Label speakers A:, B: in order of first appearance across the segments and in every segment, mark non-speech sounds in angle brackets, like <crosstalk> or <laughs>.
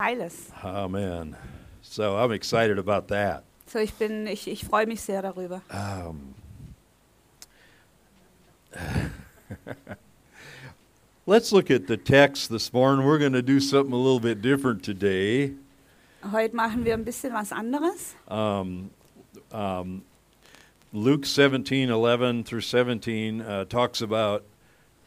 A: Geiles.
B: Amen. Oh, So I'm excited about that.
A: So ich bin, ich, ich freue mich sehr darüber.
B: Let's look at the text this morning. We're going to do something a little bit different today.
A: Heute machen wir ein bisschen was anderes.
B: Luke 17, 11 through 17 uh, talks about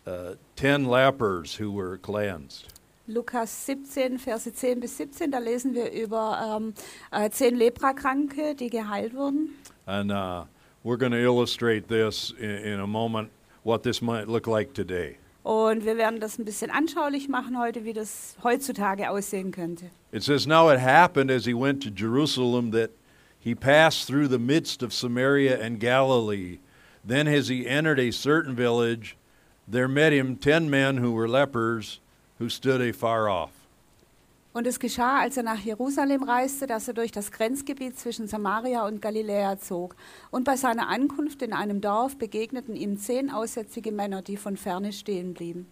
B: uh, 10 lepers who were cleansed.
A: Lukas 17, Verse 10 bis 17, da lesen wir über ähm, äh, zehn Leprakranke, die geheilt wurden.
B: And uh, we're going to illustrate this in, in a moment, what this might look like today.
A: Und wir werden das ein bisschen anschaulich machen heute, wie das heutzutage aussehen könnte.
B: It says, Now it happened as he went to Jerusalem that he passed through the midst of Samaria and Galilee. Then, as he entered a certain village, there met him ten men who were lepers, who stood afar off.
A: Und es geschah, als er nach Jerusalem reiste, dass er durch das Grenzgebiet zwischen Samaria und Galiläa zog. Und bei seiner Ankunft in einem Dorf begegneten ihm zehn aussätzige Männer, die von ferne stehen blieben.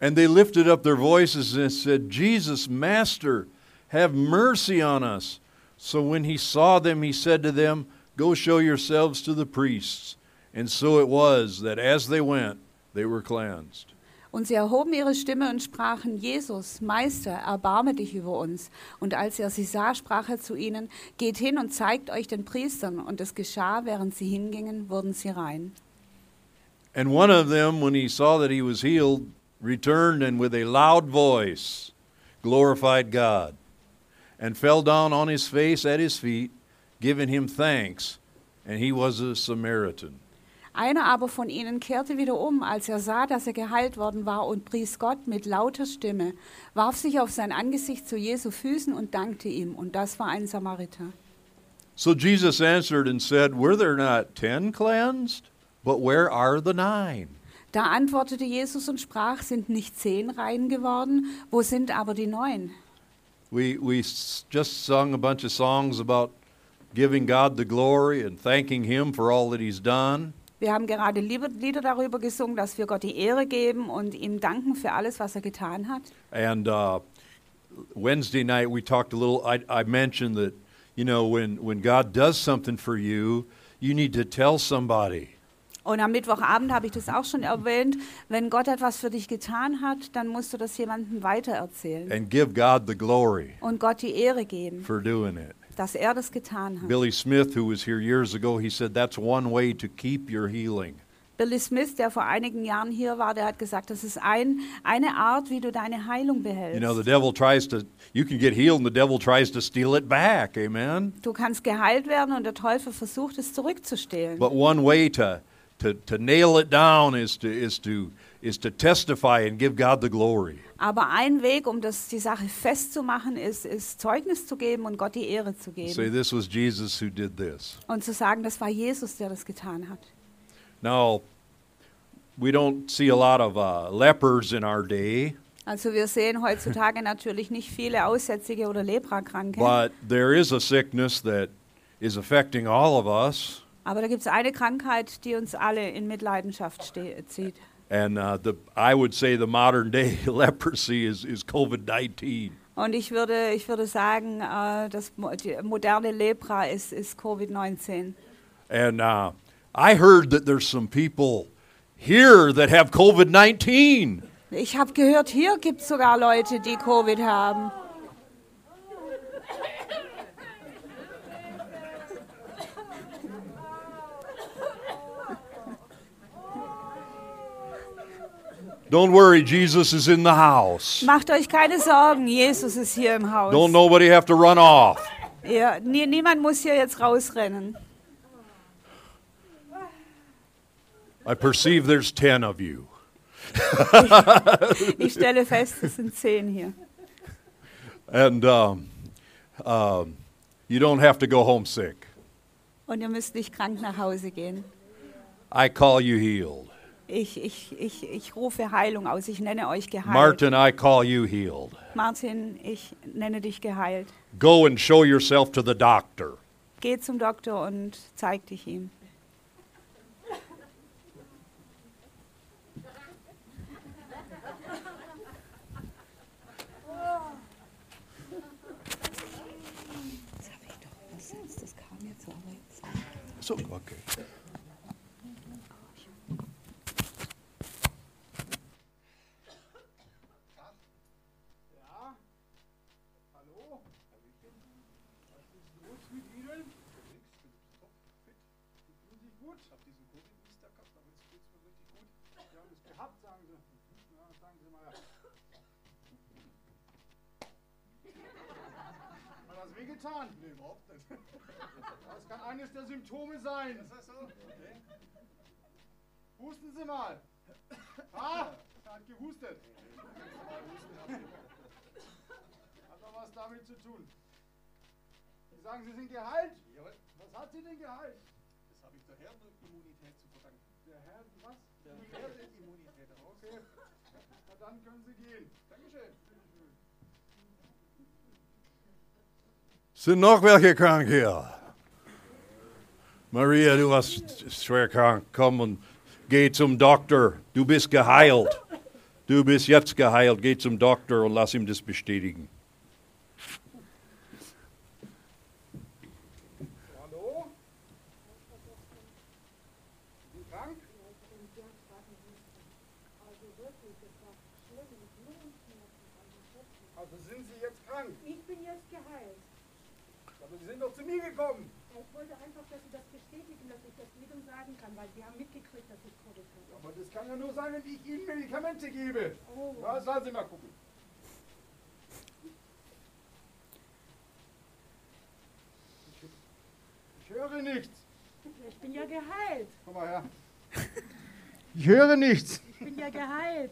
B: And they lifted up their voices and said, Jesus, Master, have mercy on us. So when he saw them, he said to them, Go show yourselves to the priests. And so it was that as they went, they were cleansed.
A: Und sie erhoben ihre Stimme und sprachen, Jesus, Meister, erbarme dich über uns. Und als er sie sah, sprach er zu ihnen, geht hin und zeigt euch den Priestern. Und es geschah, während sie hingingen, wurden sie rein.
B: And one of them, when he saw that he was healed, returned and with a loud voice glorified God and fell down on his face at his feet, giving him thanks. And he was a Samaritan.
A: Einer aber von ihnen kehrte wieder um, als er sah, dass er geheilt worden war, und pries Gott mit lauter Stimme, warf sich auf sein Angesicht zu Jesu Füßen und dankte ihm. Und das war ein Samariter.
B: So Jesus answered and said, Were there not ten cleansed? But where are the nine?
A: Da antwortete Jesus und sprach, sind nicht zehn rein geworden, wo sind aber die neun?
B: We, we s- just sung a bunch of songs about giving God the glory and thanking Him for all that He's done.
A: Wir haben gerade Liebe- Lieder darüber gesungen, dass wir Gott die Ehre geben und ihm danken für alles, was er getan hat.
B: And uh, Wednesday night we talked a little. I, I mentioned that you know when when God does something for you, you need to tell somebody.
A: Und am Mittwochabend habe ich das auch schon erwähnt, wenn Gott etwas für dich getan hat, dann musst du das jemandem weitererzählen
B: and give God the glory
A: und Gott die Ehre geben,
B: for doing it.
A: dass er das getan hat.
B: Billy Smith, who was here years ago, he said that's one way to keep your healing.
A: Billy Smith, der vor einigen Jahren hier war, der hat gesagt, das ist ein, eine Art, wie du deine Heilung
B: You know, the
A: behältst.
B: devil tries to, you can get healed and the devil tries to steal it back, amen?
A: Du kannst geheilt werden und der Teufel versucht, es zurückzustehlen.
B: But one way to, to, to nail it down is to, is, to, is to testify and give God the glory.
A: Aber ein Weg, um das, die Sache festzumachen, ist, ist Zeugnis zu geben und Gott die Ehre zu
B: Say,
A: geben.
B: this was Jesus who did this.
A: Und zu sagen, das war Jesus, der das getan hat.
B: Now, we don't see a lot of uh, lepers in our day,
A: Also wir sehen heutzutage <laughs> natürlich nicht viele Aussätzige oder Leprakranke.
B: but there is a sickness that is affecting all of us.
A: aber da gibt es eine Krankheit, die uns alle in Mitleidenschaft ste- zieht.
B: And uh, the, I would say the modern day <laughs> leprosy is, is COVID 19.
A: Und ich würde, ich würde sagen, äh, das mo- die moderne Lepra ist, ist Covid-19.
B: And uh, I heard that there's some people here that have COVID 19.
A: Ich habe gehört, hier gibt es sogar Leute, die Covid haben.
B: Don't worry, Jesus is in the house.
A: Macht euch keine Sorgen, Jesus ist hier im Haus.
B: Don't nobody have to run off.
A: Ja, nie, niemand muss hier jetzt rausrennen.
B: I perceive there's 10 of you.
A: Ich stelle fest, es sind zehn hier.
B: And um, um, you don't have to go homesick.
A: Und ihr müsst nicht krank nach Hause gehen.
B: I call you healed.
A: Ich, ich, ich, ich rufe Heilung aus. Ich nenne euch geheilt.
B: Martin, I call you healed.
A: Martin, ich nenne dich geheilt.
B: Go and show yourself to the doctor.
A: Geh zum Doktor und zeig dich ihm.
B: So, okay.
C: Hat das wehgetan? Nee, überhaupt nicht. Das kann eines der Symptome sein. Das heißt so? Okay. Husten Sie mal. Ah, er hat gehustet. Hat doch was damit zu tun. Sie sagen, Sie sind geheilt? Jawohl. Was hat Sie denn geheilt?
D: Das habe ich der Herdenimmunität zu verdanken.
C: Der Herr, was?
D: Der Herdenimmunität.
C: Okay. Na dann können Sie gehen. Dankeschön.
B: Sind noch welche krank hier? Maria, du warst schwer krank. Komm und geh zum Doktor. Du bist geheilt. Du bist jetzt geheilt. Geh zum Doktor und lass ihm das bestätigen.
C: Hallo? Sind Sie krank? Also sind Sie jetzt krank?
E: Ich bin jetzt geheilt.
C: Aber Sie sind doch zu mir gekommen.
E: Ich wollte einfach, dass Sie das bestätigen, dass ich das jedem sagen kann, weil Sie haben mitgekriegt, dass ich Covid habe.
C: Aber das kann ja nur sein, wenn ich Ihnen Medikamente gebe.
E: Oh.
C: Na, sollen Sie mal gucken. Ich, ich höre nichts.
E: Ich bin ja geheilt.
C: Komm mal her. <laughs> Ich höre nichts.
E: Ich bin ja geheilt.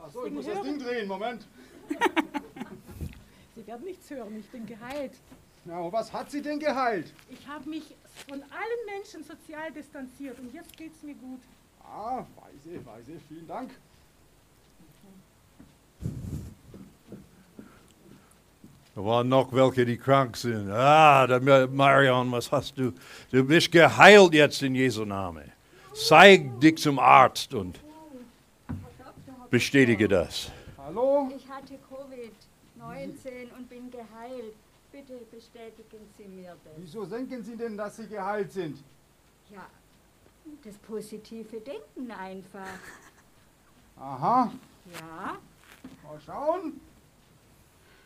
C: Achso, ich muss das Ding drehen. Moment.
E: Sie werden nichts hören. Ich bin geheilt.
C: Na, und was hat sie denn geheilt?
E: Ich habe mich von allen Menschen sozial distanziert und jetzt geht es mir gut.
C: Ah, weise, weise, vielen Dank.
B: Da waren noch welche, die krank sind. Ah, da- Marion, was hast du? Du bist geheilt jetzt in Jesu Namen. Zeig dich zum Arzt und bestätige das.
C: Hallo?
F: Ich hatte Covid-19 und bin geheilt. Bitte bestätigen Sie mir das.
C: Wieso denken Sie denn, dass Sie geheilt sind?
F: Ja, das positive Denken einfach.
C: Aha,
F: Ja,
C: mal schauen.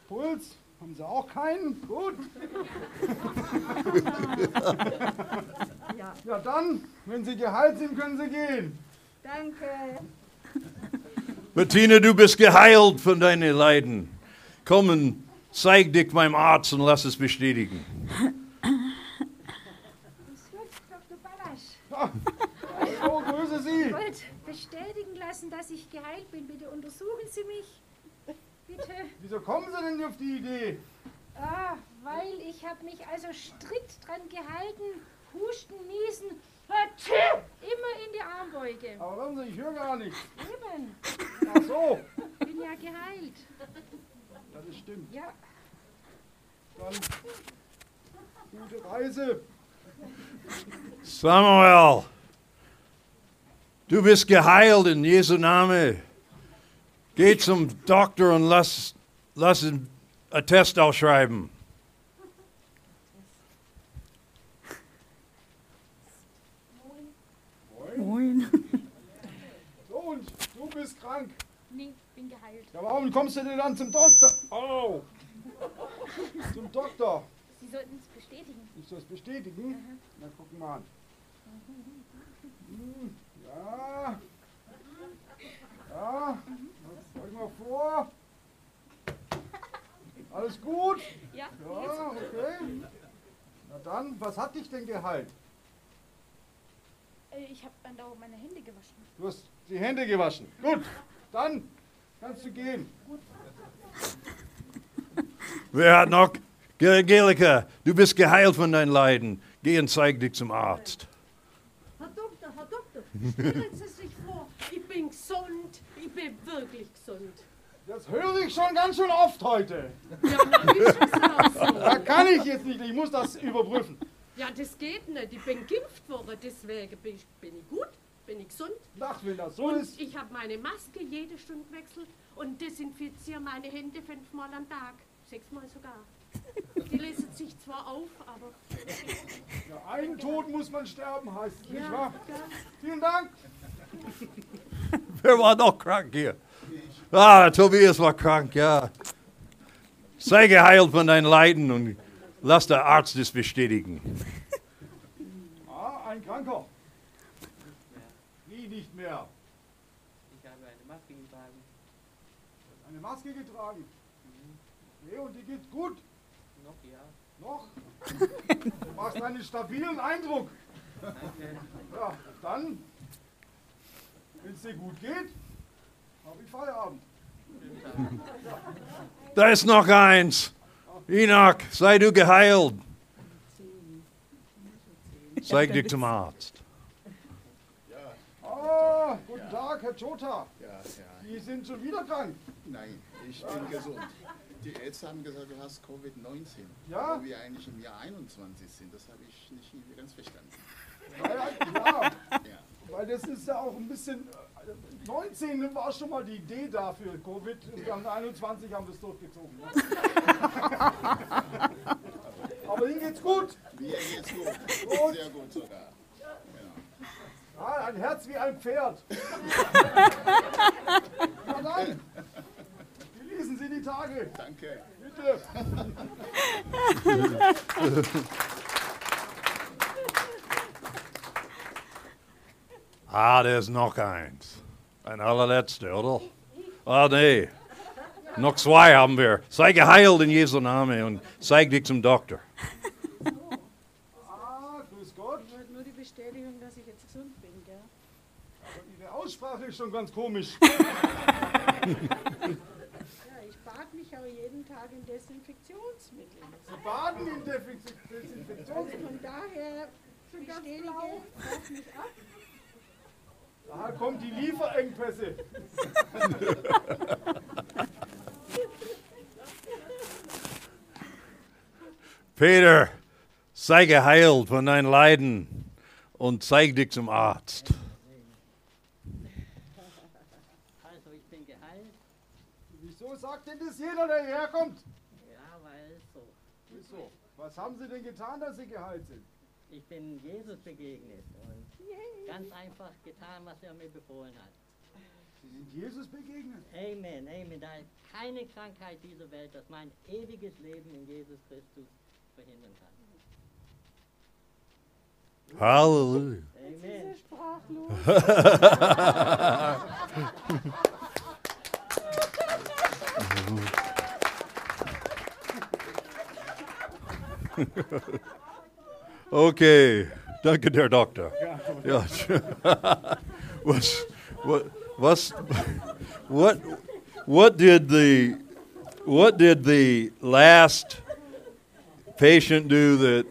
C: Puls, haben Sie auch keinen? Gut.
F: ja,
C: Ja dann, wenn Sie geheilt sind, können Sie gehen.
F: danke.
B: Martina, du bist geheilt von deinen Leiden. Komm und zeig dich meinem Arzt und lass es bestätigen.
F: Ist gut, Dr. Ballasch.
C: Hallo, grüße Sie.
F: Gut, bestätigen lassen, dass ich geheilt bin. Bitte untersuchen Sie mich. Bitte.
C: Wieso kommen Sie denn auf die Idee?
F: Ah, weil ich habe mich also strikt dran gehalten. Husten, niesen, Hatsch! immer in die Armbeuge.
C: Aber hören Sie, ich höre gar nichts.
F: Eben,
C: Ach so,
F: bin ja geheilt.
C: das ist stimmt.
F: Ja,
C: Dann gute Reise.
B: Samuel, du bist geheilt in Jesu Name. Geh zum Doktor und lass, lass ihn einen Test ausschreiben.
C: So, und du bist krank.
F: nee, bin geheilt.
C: Ja, warum kommst du denn dann zum Doktor? Oh. Zum Doktor.
F: Sie sollten es bestätigen.
C: Ich soll es bestätigen. Na, gucken wir an. Hm, Ja. Ja. Zeig mal vor. Alles gut?
F: Ja.
C: Ja, okay. Na dann, was hat dich denn geheilt?
F: Äh, Ich habe andauernd meine Hände gewaschen.
C: Du hast die Hände gewaschen. Gut, dann kannst du gehen.
B: Wer hat noch? Angelika, du bist geheilt von deinen Leiden. Geh und zeig dich zum Arzt.
E: Herr Doktor, Herr Doktor, stellen Sie sich vor, ich bin gesund. Ich bin wirklich gesund.
C: Das höre ich schon ganz schön oft heute.
E: Ja, na, ist das auch so?
C: Da kann ich jetzt nicht, ich muss das überprüfen.
E: ja, das geht nicht. Ich bin geimpft worden, deswegen bin ich, bin ich gut, bin ich gesund.
C: Ach, wenn das so
E: Und
C: ist.
E: ich habe meine Maske jede Stunde wechselt und desinfiziere meine Hände fünfmal am Tag. Sechsmal sogar. Die lässt sich zwar auf, aber
C: Ja, einen Tod muss man sterben, heißt es, nicht wahr?
E: ja,
C: Vielen Dank.
B: Wer war noch krank hier? Ah, Tobias war krank, ja. Sei geheilt von deinen Leiden und lass der Arzt es bestätigen.
C: Ah, ein Kranker. Nie nicht mehr.
D: Ich habe eine Maske getragen.
C: Eine Maske getragen. Nee, und dir geht's gut.
D: Noch ja.
C: Noch. Du machst einen stabilen Eindruck. Ja, dann, wenn es dir gut geht, habe ich Feierabend.
B: Da ist noch eins. Enoch, sei du geheilt. Zeig dich zum Arzt.
C: Ah, guten Tag, Herr Chota.
G: Ja, ja.
C: Sie sind schon wieder krank.
G: Nein, ich bin gesund. Die Ärzte haben gesagt, du hast Covid-19.
C: Ja?
G: Wo wir eigentlich im Jahr 21 sind. Das habe ich nicht ganz verstanden.
C: Ja, ja, klar.
G: Ja.
C: Weil das ist ja auch ein bisschen. äh, 19 war schon mal die Idee dafür, Covid. Und dann 21 haben wir es durchgezogen.
G: <laughs>
C: Ne? Aber Ihnen geht's gut.
G: Mir geht's
C: Gut.
G: gut. Sehr gut sogar.
C: Ah, ein Herz wie ein
G: <laughs>
C: Pferd. Na dann. Wie lesen Sie die Tage?
G: Danke.
C: Bitte.
B: Ah, da ist noch eins. Ein allerletzter, oder? Ah, nee. Noch zwei haben wir. Sei geheilt in Jesu Namen und zeig dich zum Doktor.
C: Ah, grüß Gott.
E: ich wollte nur die Bestätigung, dass ich jetzt gesund bin, gell?
C: Ihre Aussprache ist schon ganz komisch.
E: Ja, ich bad mich auch jeden Tag in Desinfektionsmittel.
C: Sie baden in Desinfektions-
E: Also
C: Desinfektionsmittel.
E: von daher bestätige, fass mich ab.
C: Daher kommen Ah, die Lieferengpässe.
B: Peter, sei geheilt von deinen Leiden und zeig dich zum Arzt.
H: Also ich bin geheilt.
C: Wieso sagt denn das jeder, der hierher kommt?
H: Ja, weil so.
C: Wieso? Was haben Sie denn getan, dass Sie geheilt sind?
H: Ich bin Jesus begegnet und ganz einfach getan, was er mir befohlen hat.
C: Sie sind Jesus begegnet.
H: Amen, amen. Da ist keine Krankheit dieser Welt, das mein ewiges Leben in Jesus Christus verhindern kann.
B: Halleluja.
H: Amen.
E: Sprachlos.
B: Okay, danke der Doktor. Ja. <laughs> was, what, was, what, what did the, what did the last patient do that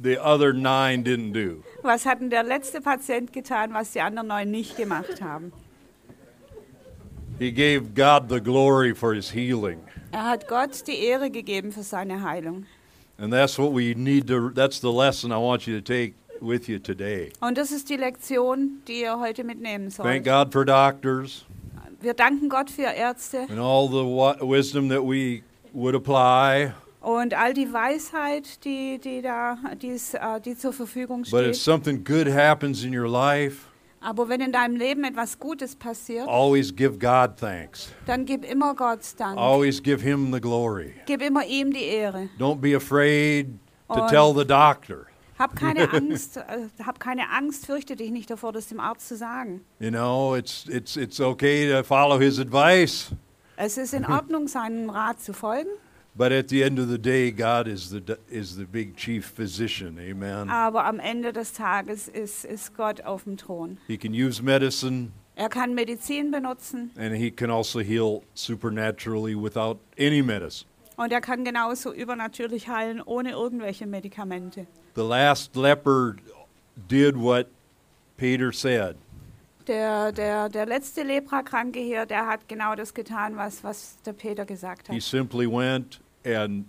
B: the other nine didn't do?
A: Was hat denn der letzte Patient getan, was die anderen neun nicht gemacht haben?
B: He gave God the glory for his healing.
A: Er hat Gott die Ehre gegeben für seine Heilung.
B: And that's what we need to, that's the lesson I want you to take with you today.
A: Und das ist die Lektion, die ihr heute mitnehmen sollt.
B: Thank God for doctors
A: Wir danken Gott für Ärzte
B: and all the wi- wisdom that we would apply.
A: und all die Weisheit, die, die, da, die's, äh, die zur Verfügung
B: But
A: steht.
B: if something good happens in your life,
A: Aber wenn in deinem Leben etwas Gutes passiert,
B: always give God thanks.
A: dann gib immer Gott Dank.
B: Always give Him the glory.
A: Gib immer ihm die Ehre.
B: Don't be afraid to
A: Und-
B: tell the doctor.
A: Hab
B: <laughs>
A: keine Angst, äh, hab keine Angst, fürchte dich nicht davor, das dem Arzt zu sagen.
B: You know, it's it's it's okay to follow His advice,
A: Es ist
B: <laughs>
A: in Ordnung, seinem Rat zu folgen,
B: but at the end of the day, God is the d- is the big chief physician. Amen.
A: aber am Ende des Tages ist, ist Gott auf dem Thron.
B: He can use medicine,
A: Er kann Medizin benutzen
B: and He can also heal supernaturally without any medicine.
A: und er kann genauso übernatürlich heilen, ohne irgendwelche Medikamente.
B: The last leper did what Peter said.
A: Der, der, der letzte Leprakranke hier, der hat genau das getan, was, was der Peter gesagt
B: He
A: hat.
B: simply went and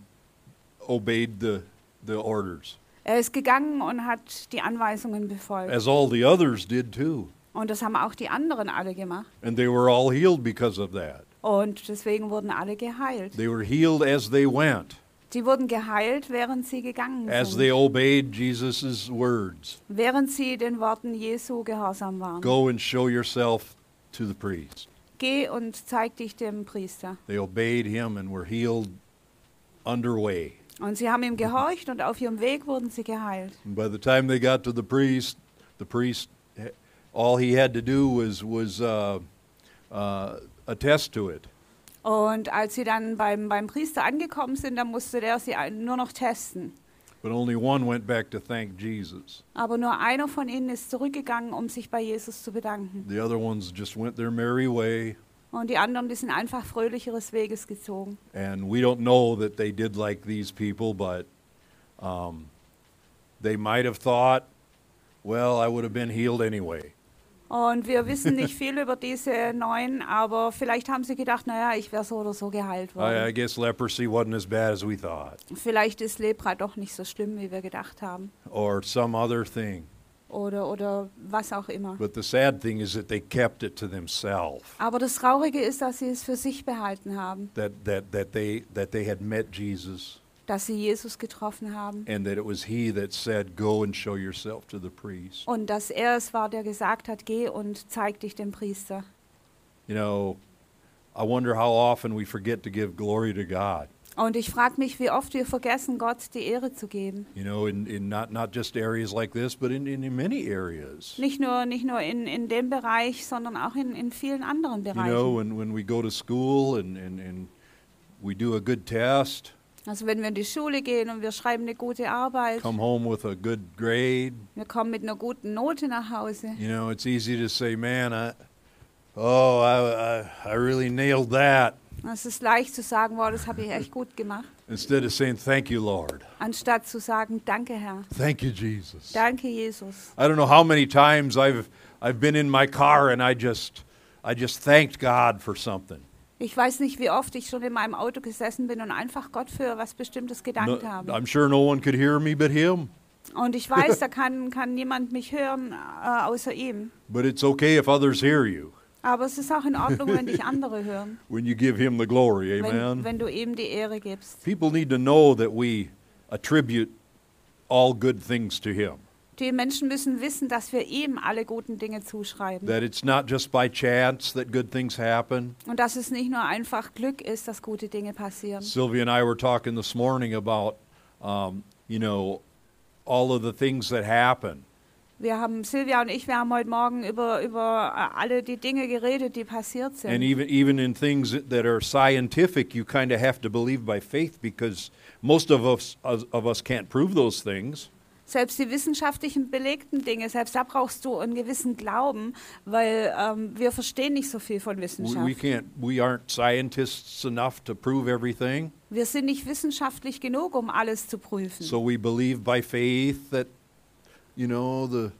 B: obeyed the, the orders,
A: Er ist gegangen und hat die Anweisungen befolgt.
B: as all the others did too.
A: Und das haben auch die anderen alle gemacht.
B: And they were all healed because of that.
A: Und deswegen wurden alle geheilt.
B: They were healed as they went.
A: Die wurden geheilt, während sie gegangen
B: as
A: sind,
B: they obeyed Jesus' words
A: während sie den Worten Jesu gehorsam waren.
B: Go and show yourself to the priest.
A: Geh und zeig dich dem Priester.
B: They obeyed him and were healed underway.
A: Und sie haben ihm gehorcht und auf ihrem Weg wurden sie geheilt.
B: And by the time they got to the priest, the priest, eh, all he had to do was, was uh, uh, attest to it.
A: Und als sie dann beim, beim Priester angekommen sind, dann musste der sie ein- nur noch testen.
B: But only one went back to thank Jesus.
A: Aber nur einer von ihnen ist zurückgegangen, um sich bei Jesus zu bedanken.
B: The other ones just went their merry way,
A: Und die anderen, die sind einfach fröhlich ihres Weges gezogen.
B: and we don't know that they did like these people, but um, they might have thought, well, I would have been healed anyway.
A: Und wir wissen nicht viel über diese neun, aber vielleicht haben sie gedacht, naja, ich wäre so oder so geheilt
B: I, I
A: worden.
B: guess leprosy wasn't as bad as we thought,
A: Vielleicht ist Lepra doch nicht so schlimm, wie wir gedacht haben.
B: or some other thing.
A: Oder, oder was auch immer.
B: But the sad thing is that they kept it to themselves.
A: Aber das Traurige ist, dass sie es für sich behalten haben,
B: That, that, that, they, that they had met Jesus
A: dass sie Jesus getroffen haben.
B: and that it was he that said, Go and show yourself to the priest.
A: Und dass er es war, der gesagt hat, geh und zeig dich dem Priester.
B: You know, I wonder how often we forget to give glory to God.
A: Und ich frage mich, wie oft wir vergessen, Gott die Ehre zu geben.
B: You know, in, in not, not just areas like this, but in, in, in many areas.
A: Nicht nur, nicht nur in, in dem Bereich, sondern auch in, in vielen anderen
B: You know,
A: Bereichen.
B: when, when we go to school and, and, and we do a good test,
A: Also wenn wir in die Schule gehen und wir schreiben eine gute Arbeit,
B: come home with a good grade,
A: wir kommen mit einer guten Note nach Hause.
B: you know, it's easy to say, Man, I, oh, I, I, I really nailed that,
A: Es ist leicht zu sagen, wow, das habe ich echt gut gemacht,
B: instead of saying, Thank you, Lord.
A: anstatt zu sagen, danke Herr,
B: Thank you, Jesus.
A: danke Jesus.
B: I don't know how many times I've I've been in my car and I just I just thanked God for something.
A: Ich weiß nicht, wie oft ich schon in meinem Auto gesessen bin und einfach Gott für was Bestimmtes gedankt
B: No-
A: habe.
B: I'm sure no one could hear me but him.
A: Und ich weiß, da kann, kann niemand mich hören, äh, außer ihm.
B: But it's okay if others hear you
A: Aber es ist auch in Ordnung, wenn dich andere
B: <laughs>
A: hören,
B: when you give him the glory. Amen.
A: wenn, wenn du ihm die Ehre gibst.
B: People need to know that we attribute all good things to him.
A: Die Menschen müssen wissen, dass wir ihm alle guten Dinge zuschreiben.
B: That it's not just by chance that good things happen.
A: Und dass es nicht nur einfach Glück ist, dass gute Dinge passieren.
B: Sylvia and I were talking this morning about um, you know all of the things that happen.
A: Wir haben, Silvia und ich, wir haben heute Morgen über, über äh, alle die Dinge geredet, die passiert
B: And
A: sind.
B: even even in things that are scientific, you kind of have to believe by faith because most of us of, of us can't prove those things.
A: Selbst die wissenschaftlichen belegten Dinge, selbst da brauchst du einen gewissen Glauben, weil ähm, wir verstehen nicht so viel von
B: We, we
A: Wissenschaft.
B: can't. We aren't scientists enough to prove everything.
A: Wir sind nicht wissenschaftlich genug, um alles zu prüfen.
B: So <laughs> we believe by faith that, you know, the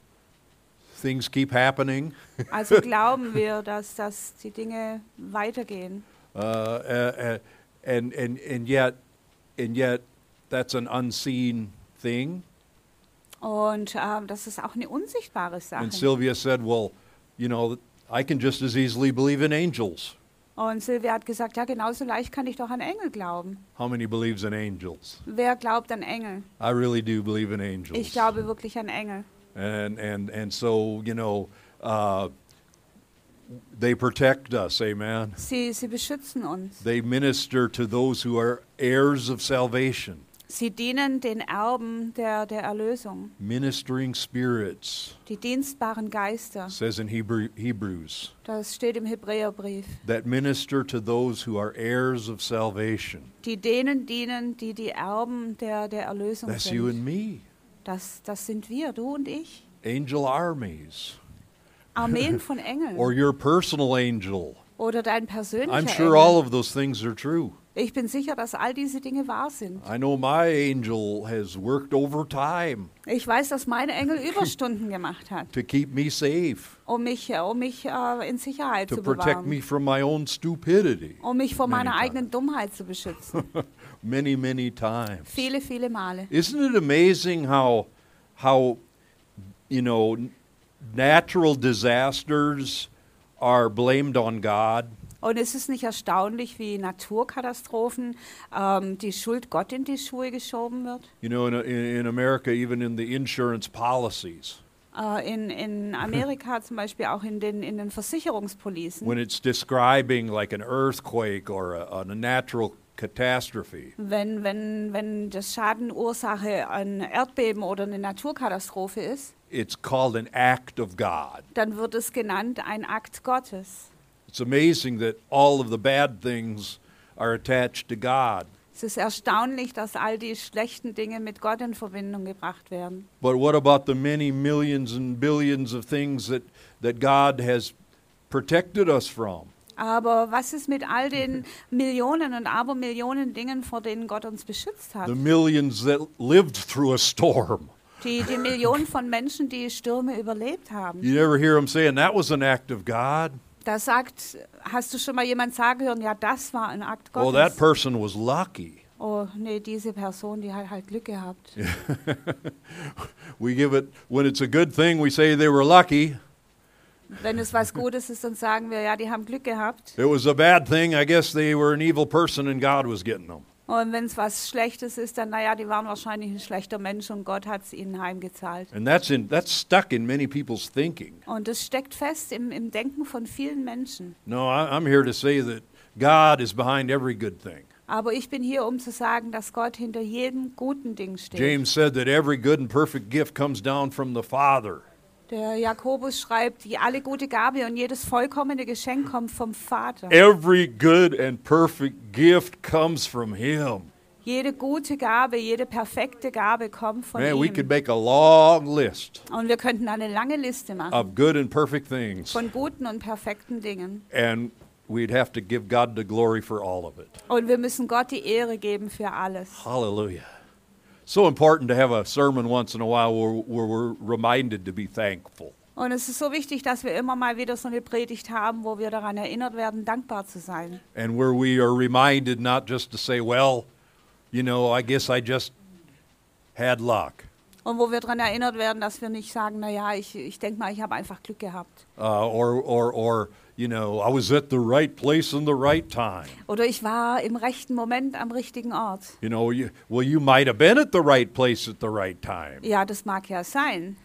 B: things keep happening.
A: Also glauben wir, dass, dass die Dinge weitergehen.
B: Uh, uh, uh, and and and yet, and yet, that's an unseen thing.
A: Und ähm, das ist auch eine unsichtbare
B: And
A: Sache.
B: Sylvia said, "Well, you know, I can just as easily believe in angels."
A: Und Silvia hat gesagt, ja, genauso leicht kann ich doch an Engel glauben.
B: How many believes in angels?
A: Wer glaubt an Engel?
B: I really do believe in angels.
A: Ich glaube wirklich an Engel.
B: And and and so you know, uh, they protect us. Amen.
A: Sie, sie beschützen uns.
B: They minister to those who are heirs of salvation,
A: Sie dienen den Erben der, der Erlösung,
B: ministering spirits.
A: die dienstbaren Geister.
B: Says in Hebrew, Hebrews
A: Das steht im Hebräerbrief.
B: that minister to those who are heirs of salvation.
A: Die denen dienen, die die Erben der, der Erlösung
B: That's you
A: sind.
B: and me.
A: Das, das sind wir, du und ich.
B: Angel armies, <laughs>
A: Armeen von Engeln.
B: or your personal angel.
A: Oder dein persönlicher
B: I'm
A: Engel.
B: sure all of those things are true.
A: ich bin sicher, dass all diese Dinge wahr sind.
B: I know my angel has worked overtime
A: Ich weiß, dass mein
B: <laughs>
A: Engel Überstunden gemacht hat,
B: to keep me safe,
A: um mich, äh, um mich äh, in Sicherheit
B: to
A: zu
B: protect
A: bewahren,
B: me from my own stupidity
A: um mich vor meiner
B: Many
A: eigenen Dummheit zu
B: <laughs>
A: beschützen.
B: many, many times.
A: viele, viele Male.
B: Isn't it amazing how, how, you know, n- natural disasters are blamed on God?
A: Und es ist nicht erstaunlich, wie Naturkatastrophen ähm, die Schuld Gott in die Schuhe geschoben wird.
B: You know, in, in, in America, even in the insurance policies,
A: Äh, in, in Amerika zum Beispiel auch in den, in den Versicherungspolicen.
B: when it's describing like an earthquake or a, a natural catastrophe,
A: Wenn, wenn, wenn das Schadenursache ein Erdbeben oder eine Naturkatastrophe ist,
B: it's called an act of God.
A: dann wird es genannt ein Akt Gottes.
B: It's amazing that all of the bad things are attached to God.
A: Es ist erstaunlich, dass all die schlechten Dinge mit Gott in Verbindung gebracht werden.
B: But what about the many millions and billions of things that, that God has protected us from?
A: Aber was ist mit all
B: Mhm.
A: den Millionen und Abermillionen Dingen, vor denen Gott uns beschützt hat?
B: The millions that lived through a storm.
A: Die, die Millionen von Menschen, die Stürme überlebt haben.
B: You never hear them saying that was an act of God.
A: Da sagt, hast du schon mal jemand sagen hören, ja, das war ein Akt
B: Oh,
A: Gottes.
B: that person was lucky.
A: Oh, nee, diese Person, die hat halt Glück gehabt.
B: We give it, when it's a good thing, we say they were lucky.
A: Wenn es was Gutes ist, dann sagen wir, ja, die haben Glück gehabt.
B: It was a bad thing. I guess they were an evil person and God was getting them.
A: Und wenn es was Schlechtes ist, dann, naja, die waren wahrscheinlich ein schlechter Mensch und Gott hat es ihnen heimgezahlt.
B: And that's, in, that's stuck in many people's thinking.
A: Und das steckt fest im, im Denken von vielen Menschen.
B: No, I, I'm here to say that God is behind every good thing.
A: Aber ich bin hier, um zu sagen, dass Gott hinter jedem guten Ding steht.
B: James said that every good and perfect gift comes down from the Father.
A: Der Jakobus schreibt, die alle gute Gabe und jedes vollkommene Geschenk kommt vom Vater.
B: Every good and perfect gift comes from Him.
A: Jede gute Gabe, jede perfekte Gabe kommt von
B: Man, we could
A: ihm.
B: make a long list
A: Und wir könnten eine lange Liste machen
B: of good and perfect things,
A: von guten und perfekten Dingen.
B: and we'd have to give God the glory for all of it.
A: Und wir müssen Gott die Ehre geben für alles.
B: Hallelujah. So important to have a sermon once in a while where, where we're reminded to be thankful.
A: Und es ist so wichtig, dass wir immer mal wieder so eine Predigt haben, wo wir daran erinnert werden, dankbar zu sein.
B: and where we are reminded not just to say, well, you know, I guess I just had luck,
A: Und wo wir daran erinnert werden, dass wir nicht sagen, naja, ich, ich denke mal, ich habe einfach Glück gehabt.
B: uh, or, or, or, you know, I was at the right place in the right time.
A: Oder ich war im rechten Moment am richtigen Ort.
B: You know, you, well, you might have been at the right place at the right time.
A: Ja, das mag ja sein.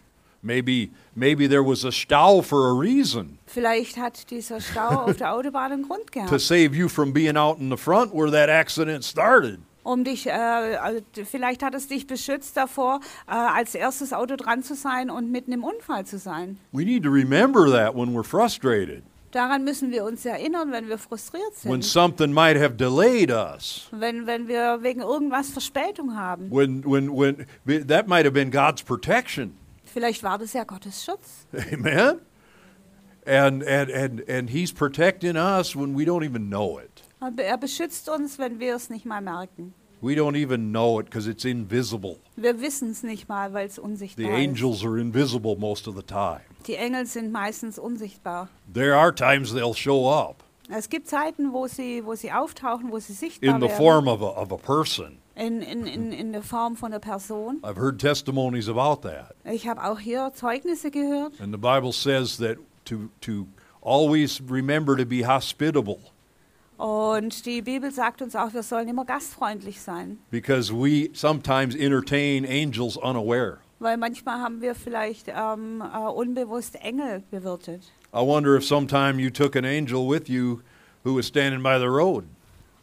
B: Maybe, maybe there was a stall for a reason
A: Vielleicht hat dieser Stau auf der Autobahn einen Grund
B: to
A: gehabt,
B: save you from being out in the front where that accident started.
A: um dich, äh, also d- vielleicht hat es dich beschützt davor, äh, als erstes Auto dran zu sein und mitten im Unfall zu sein.
B: We need to remember that when we're frustrated,
A: Daran müssen wir uns erinnern, wenn wir frustriert
B: when
A: sind,
B: something might have delayed us.
A: wenn, wenn wir wegen irgendwas Verspätung haben.
B: when when when that might have been God's protection. <laughs>
A: Vielleicht war das ja Gottes Schutz.
B: Amen. And and and and he's protecting us when we don't even know it.
A: Er be- er beschützt uns, wenn wir es nicht mal merken.
B: We don't even know it because it's invisible.
A: Wir wissen es nicht mal, weil es
B: The
A: unsichtbar ist.
B: angels are invisible most of the time.
A: Die Engel sind meistens unsichtbar.
B: There are times they'll show up
A: Es gibt Zeiten, wo sie, wo sie auftauchen, wo sie sichtbar
B: in the
A: werden.
B: form of a of a person.
A: In, in, in, in der Form von einer Person.
B: I've heard testimonies about that.
A: Ich habe auch hier Zeugnisse gehört.
B: And the Bible says that to to always remember to be hospitable
A: Und die Bibel sagt uns auch, wir sollen immer gastfreundlich sein.
B: because we sometimes entertain angels unaware.
A: Weil manchmal haben wir vielleicht ähm, äh, unbewusst Engel bewirtet.
B: I wonder if sometime you took an angel with you who was standing by the road.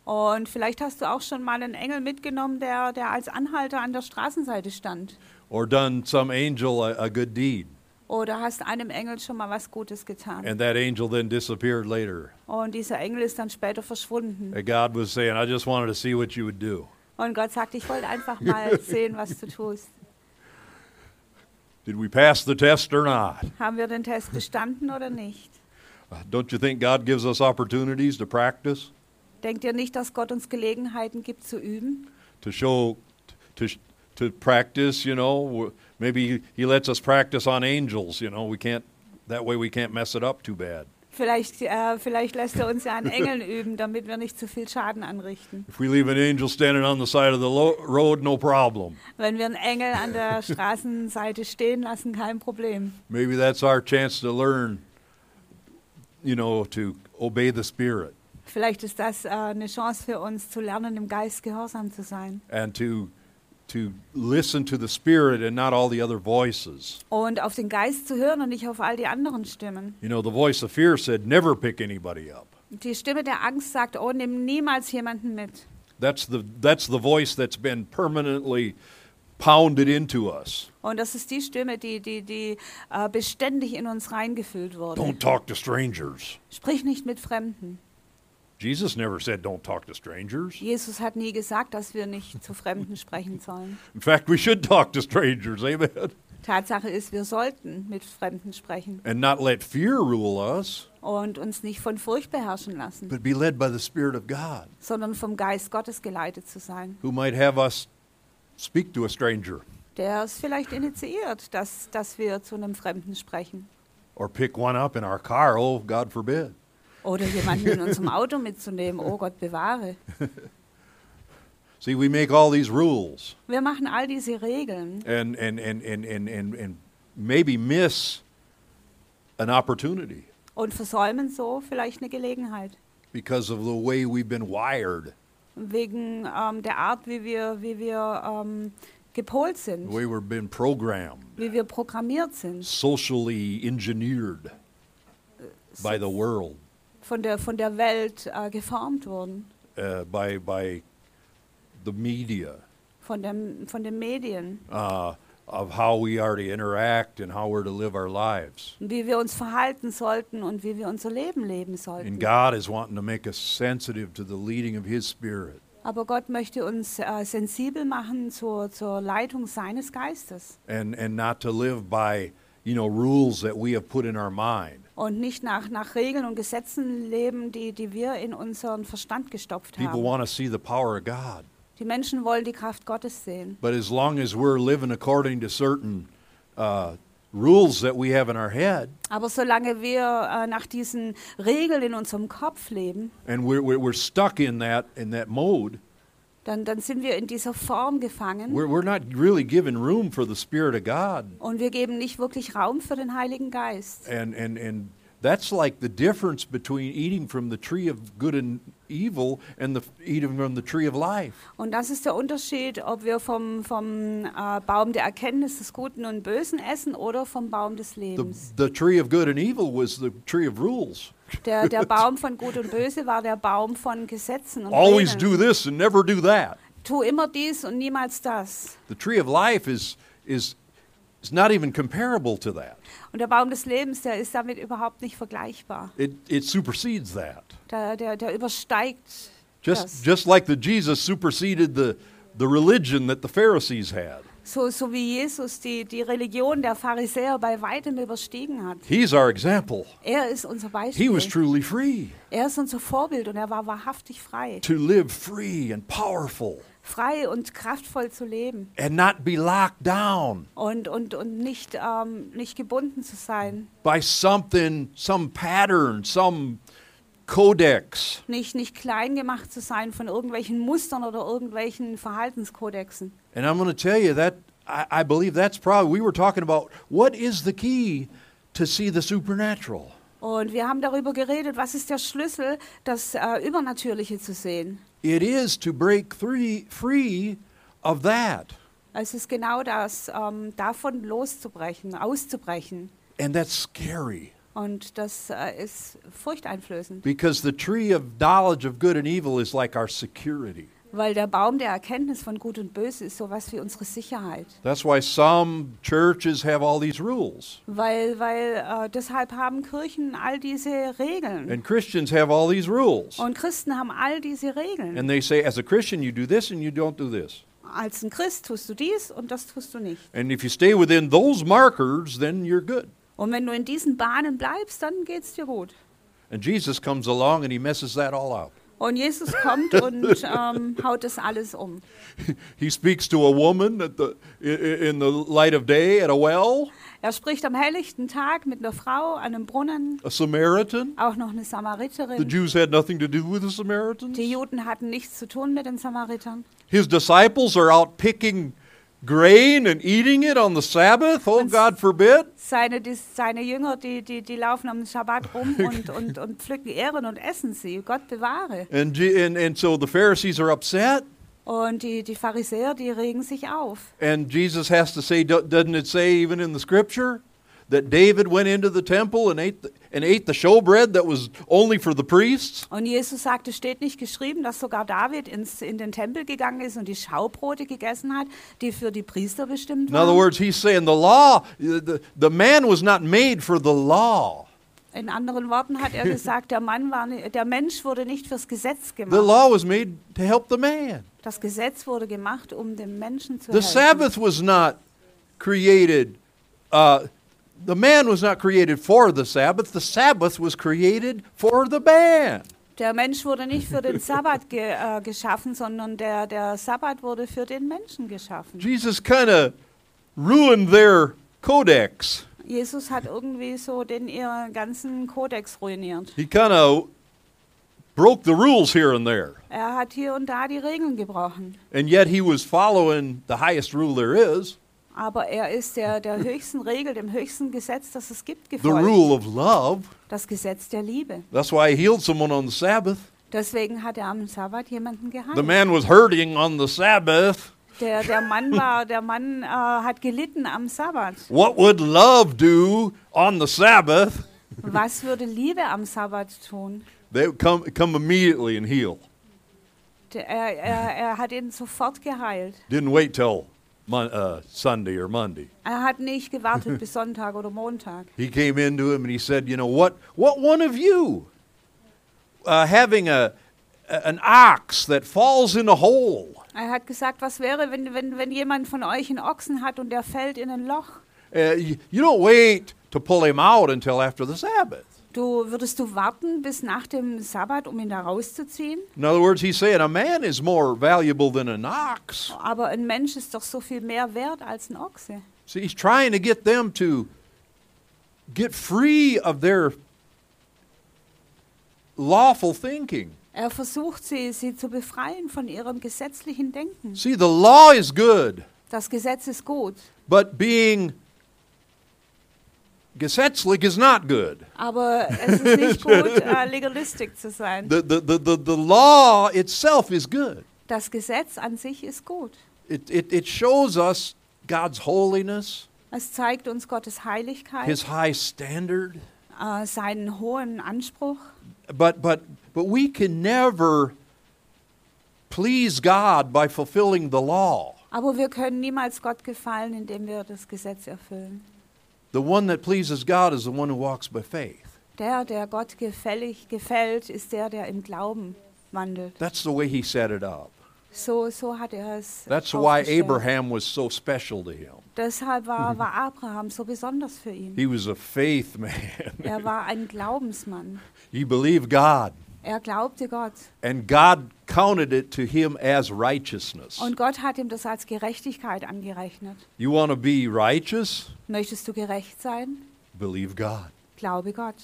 A: Und vielleicht hast du auch schon mal einen Engel mitgenommen, der, der als Anhalter an der Straßenseite stand.
B: Or done some angel a, a good deed,
A: Oder hast einem Engel schon mal was Gutes getan.
B: and that angel then disappeared later.
A: Und dieser Engel ist dann später verschwunden.
B: And God was saying, I just wanted to see what you would do.
A: Und Gott sagt, ich wollte einfach mal sehen, was du tust.
B: Did we pass the test or not?
A: Haben wir den Test bestanden oder nicht?
B: Don't you think God gives us opportunities to practice,
A: Denkt ihr nicht, dass Gott uns Gelegenheiten gibt zu üben?
B: to show, to, sh- to practice, you know? W- Maybe He lets us practice on angels, you know? We can't, that way we can't mess it up too bad.
A: Vielleicht, äh, vielleicht lässt er uns ja an Engeln üben, damit wir nicht zu viel Schaden anrichten.
B: If we leave an angel standing on the side of the lo- road, no problem.
A: Wenn wir einen Engel an der Straßenseite stehen lassen, kein Problem.
B: Maybe that's our chance to learn, you know, to obey the Spirit.
A: Vielleicht ist das äh, eine Chance für uns zu lernen, im Geist gehorsam zu sein
B: and to, to listen to the Spirit and not all the other voices.
A: und auf den Geist zu hören und nicht auf all die anderen Stimmen.
B: You know, the voice of fear said, never pick anybody up.
A: Die Stimme der Angst sagt, oh, nimm niemals jemanden mit.
B: That's the, that's the voice that's been permanently pounded into us.
A: Und das ist die Stimme, die, die, die äh, beständig in uns reingefüllt wurde.
B: Don't talk to strangers.
A: Sprich nicht mit Fremden.
B: Jesus never said, don't talk to strangers.
A: Jesus hat nie gesagt, dass wir nicht zu Fremden sprechen sollen.
B: In fact, we should talk to strangers, amen?
A: Tatsache ist, wir sollten mit Fremden sprechen
B: And not let fear rule us,
A: und uns nicht von Furcht beherrschen lassen,
B: but be led by the Spirit of God,
A: sondern vom Geist Gottes geleitet zu sein,
B: who might have us speak to a stranger
A: der es vielleicht initiiert, dass, dass wir zu einem Fremden sprechen
B: or pick one up in our car. Oh, God forbid.
A: oder jemanden in unserem Auto mitzunehmen. Oh Gott, bewahre.
B: See, we make all these rules
A: Wir machen all diese Regeln
B: and, and, and, and, and, and, and maybe miss an opportunity
A: und versäumen so vielleicht eine Gelegenheit
B: because of the way we've been wired,
A: wegen ähm, der Art, wie wir, wie wir ähm, gepolt
B: the
A: sind,
B: way we've been programmed,
A: wie wir programmiert sind
B: socially engineered by the world,
A: von der von der Welt äh, geformt wurden,
B: uh, by, by the media,
A: von dem von den Medien.
B: uh, of how we are to interact and how we're to live our lives.
A: wie wir uns verhalten sollten und wie wir unser Leben leben
B: And
A: sollten.
B: God is wanting to make us sensitive to the leading of His Spirit.
A: Aber Gott möchte uns äh, sensibel machen zur, zur Leitung seines Geistes
B: and and not to live by you know rules that we have put in our mind.
A: und nicht nach, nach Regeln und Gesetzen leben, die, die wir in unseren Verstand gestopft
B: People
A: haben.
B: want to see the power of God,
A: Die Menschen wollen die Kraft Gottes sehen.
B: but as long as we're living according to certain uh, rules that we have in our head,
A: Aber solange wir äh, nach diesen Regeln in unserem Kopf leben,
B: and we're we're we're stuck in that in that mode,
A: dann, dann sind wir in dieser Form gefangen
B: we're we're not really giving room for the Spirit of God,
A: und wir geben nicht wirklich Raum für den Heiligen Geist.
B: and and and. That's like the difference between eating from the tree of good and evil and the eating from the tree of life.
A: Und das ist der Unterschied, ob wir vom, vom äh, Baum der Erkenntnis des Guten und Bösen essen oder vom Baum des
B: The,
A: Lebens.
B: the tree of good and evil was the tree of rules.
A: Der, der Baum von Gut und Böse war der Baum von Gesetzen und
B: always
A: Regeln.
B: do this and never do that.
A: Tu immer dies und niemals das.
B: The tree of life is is is not even comparable to that.
A: Und der Baum des Lebens, der ist damit überhaupt nicht vergleichbar.
B: It it supersedes that.
A: Der, der, der übersteigt
B: Just
A: das.
B: just like the Jesus superseded the the religion that the Pharisees had.
A: So, so wie Jesus die, die Religion der Pharisäer bei weitem überstiegen hat.
B: He's our example.
A: Er ist unser
B: He was
A: Beispiel.
B: truly free
A: Er ist unser Vorbild und er war wahrhaftig frei.
B: to live free and powerful
A: Frei und kraftvoll zu leben.
B: and not be locked down
A: und, und, und nicht, ähm, nicht gebunden zu sein,
B: by something, some pattern, some codex.
A: nicht, nicht klein gemacht zu sein von irgendwelchen Mustern oder irgendwelchen Verhaltenskodexen.
B: And I'm going to tell you that I, I believe that's probably, we were talking about what is the key to see the supernatural?
A: Und wir haben darüber geredet, was ist der Schlüssel, das äh, Übernatürliche zu sehen.
B: It is to break three, free of that.
A: Es ist genau das, ähm, davon loszubrechen, auszubrechen.
B: And that's scary
A: Und das äh, ist furchteinflößend,
B: because the tree of knowledge of good and evil is like our security.
A: weil der Baum der Erkenntnis von Gut und Böse ist sowas wie unsere Sicherheit.
B: That's why some churches have all these rules,
A: Weil, weil äh, deshalb haben Kirchen all diese Regeln.
B: and Christians have all these rules.
A: Und Christen haben all diese Regeln.
B: And they say, as a Christian, you do this and you don't do this.
A: Als ein Christ tust du dies und das tust du nicht.
B: And if you stay within those markers, then you're good.
A: Und wenn du in diesen Bahnen bleibst, dann geht's dir gut.
B: And Jesus comes along and he messes that all up.
A: Und Jesus
B: <laughs>
A: kommt und ähm, haut das alles um.
B: He speaks to a woman at the, i- i- in the light of day at a well,
A: Er spricht am helllichten Tag mit einer Frau an einem Brunnen,
B: a Samaritan.
A: auch noch eine
B: The
A: Samariterin.
B: Jews had nothing to do with the Samaritans.
A: Die Juden hatten nichts zu tun mit den Samaritern.
B: His disciples are out picking grain and eating it on the Sabbath? Oh, God forbid.
A: Seine, die, seine Jünger, die, die, die laufen am Schabbat
B: <laughs>
A: rum und, und, und pflücken Ähren und essen sie. Gott bewahre.
B: And, Je- and, and so the Pharisees are upset.
A: Und die, die Pharisäer, die regen sich auf.
B: And Jesus has to say, do- doesn't it say even in the scripture that David went into the temple and ate the, and ate the showbread that was only for the priests?
A: Und Jesus sagte, steht nicht geschrieben, dass sogar David ins, in den Tempel gegangen ist und die Schaubrote gegessen hat, die für die Priester bestimmt
B: In other
A: waren.
B: words, he's saying the law, the, the man was not made for the law.
A: In anderen Worten
B: <laughs>
A: hat er gesagt, der, Mann war, ni- der Mensch wurde nicht fürs Gesetz
B: The
A: gemacht.
B: law was made to help the man.
A: Das Gesetz wurde gemacht, um dem Menschen zu
B: The
A: helfen.
B: Sabbath was not created, uh, the man was not created for the Sabbath, the Sabbath was created for the man.
A: Der Mensch wurde nicht für den Sabbat ge, äh, geschaffen, sondern der, der Sabbat wurde für den Menschen geschaffen.
B: Jesus kind of ruined their codex.
A: Jesus hat irgendwie so den ihren ganzen Kodex ruiniert.
B: He kind of broke the rules here and there,
A: Er hat hier und da die Regeln gebrochen.
B: and yet he was following the highest rule there is
A: Aber er ist der, der höchsten Regel, dem höchsten Gesetz, das es gibt,
B: the
A: gefolgt.
B: rule of love.
A: Das Gesetz der Liebe.
B: That's why he healed someone on the Sabbath.
A: Deswegen hat er am Sabbat jemanden
B: The
A: geheilt.
B: man was hurting on the Sabbath.
A: Der, der Mann, war, der Mann äh, hat gelitten am Sabbat.
B: What would love do on the Sabbath?
A: Was würde Liebe am Sabbat tun?
B: They would come, come immediately and heal.
A: Der, er, er, er hat ihn sofort geheilt.
B: Didn't wait till mon- uh, Sunday or Monday.
A: Er hat nicht gewartet bis Sonntag oder Montag.
B: He came into him and he said, You know, what, what one of you uh, having a, a- an ox that falls in a hole?
A: Er hat gesagt, was wäre, wenn, wenn, wenn jemand von euch einen Ochsen hat und der fällt in ein Loch?
B: Uh, you, you don't wait to pull him out until after the Sabbath.
A: Du würdest du warten bis nach dem Sabbat, um ihn da rauszuziehen?
B: In other words, he's saying a man is more valuable than an ox.
A: Aber ein Mensch ist doch so viel mehr wert als ein Ochse.
B: See, he's trying to get them to get free of their lawful thinking.
A: Er versucht sie, sie zu befreien von ihrem gesetzlichen Denken.
B: See, the law is good,
A: Das Gesetz ist gut,
B: but being gesetzlich is not good.
A: aber es
B: <laughs>
A: ist nicht gut, äh, legalistisch zu sein.
B: The, the, the, the, the law itself is good.
A: Das Gesetz an sich ist gut.
B: It, it, it shows us God's holiness,
A: Es zeigt uns Gottes Heiligkeit,
B: His high standard.
A: äh, seinen hohen Anspruch.
B: But, but, but we can never please God by fulfilling the law.
A: Aber wir können niemals Gott gefallen, indem wir das Gesetz erfüllen.
B: The one that pleases God is the one who walks by faith.
A: Der, der Gott gefällig gefällt, ist der, der im Glauben wandelt.
B: That's the way he set it up.
A: So, so hat er es.
B: That's why
A: aufgestellt.
B: Abraham was so special to him.
A: Deshalb
B: Mhm.
A: war, war Abraham so besonders für ihn.
B: He was a faith <laughs> man.
A: Er war ein Glaubensmann.
B: he believed God,
A: Er glaubte Gott.
B: and God counted it to him as righteousness.
A: Und Gott hat ihm das als Gerechtigkeit angerechnet.
B: You want to be righteous?
A: Möchtest du gerecht sein?
B: Believe God.
A: Glaube Gott.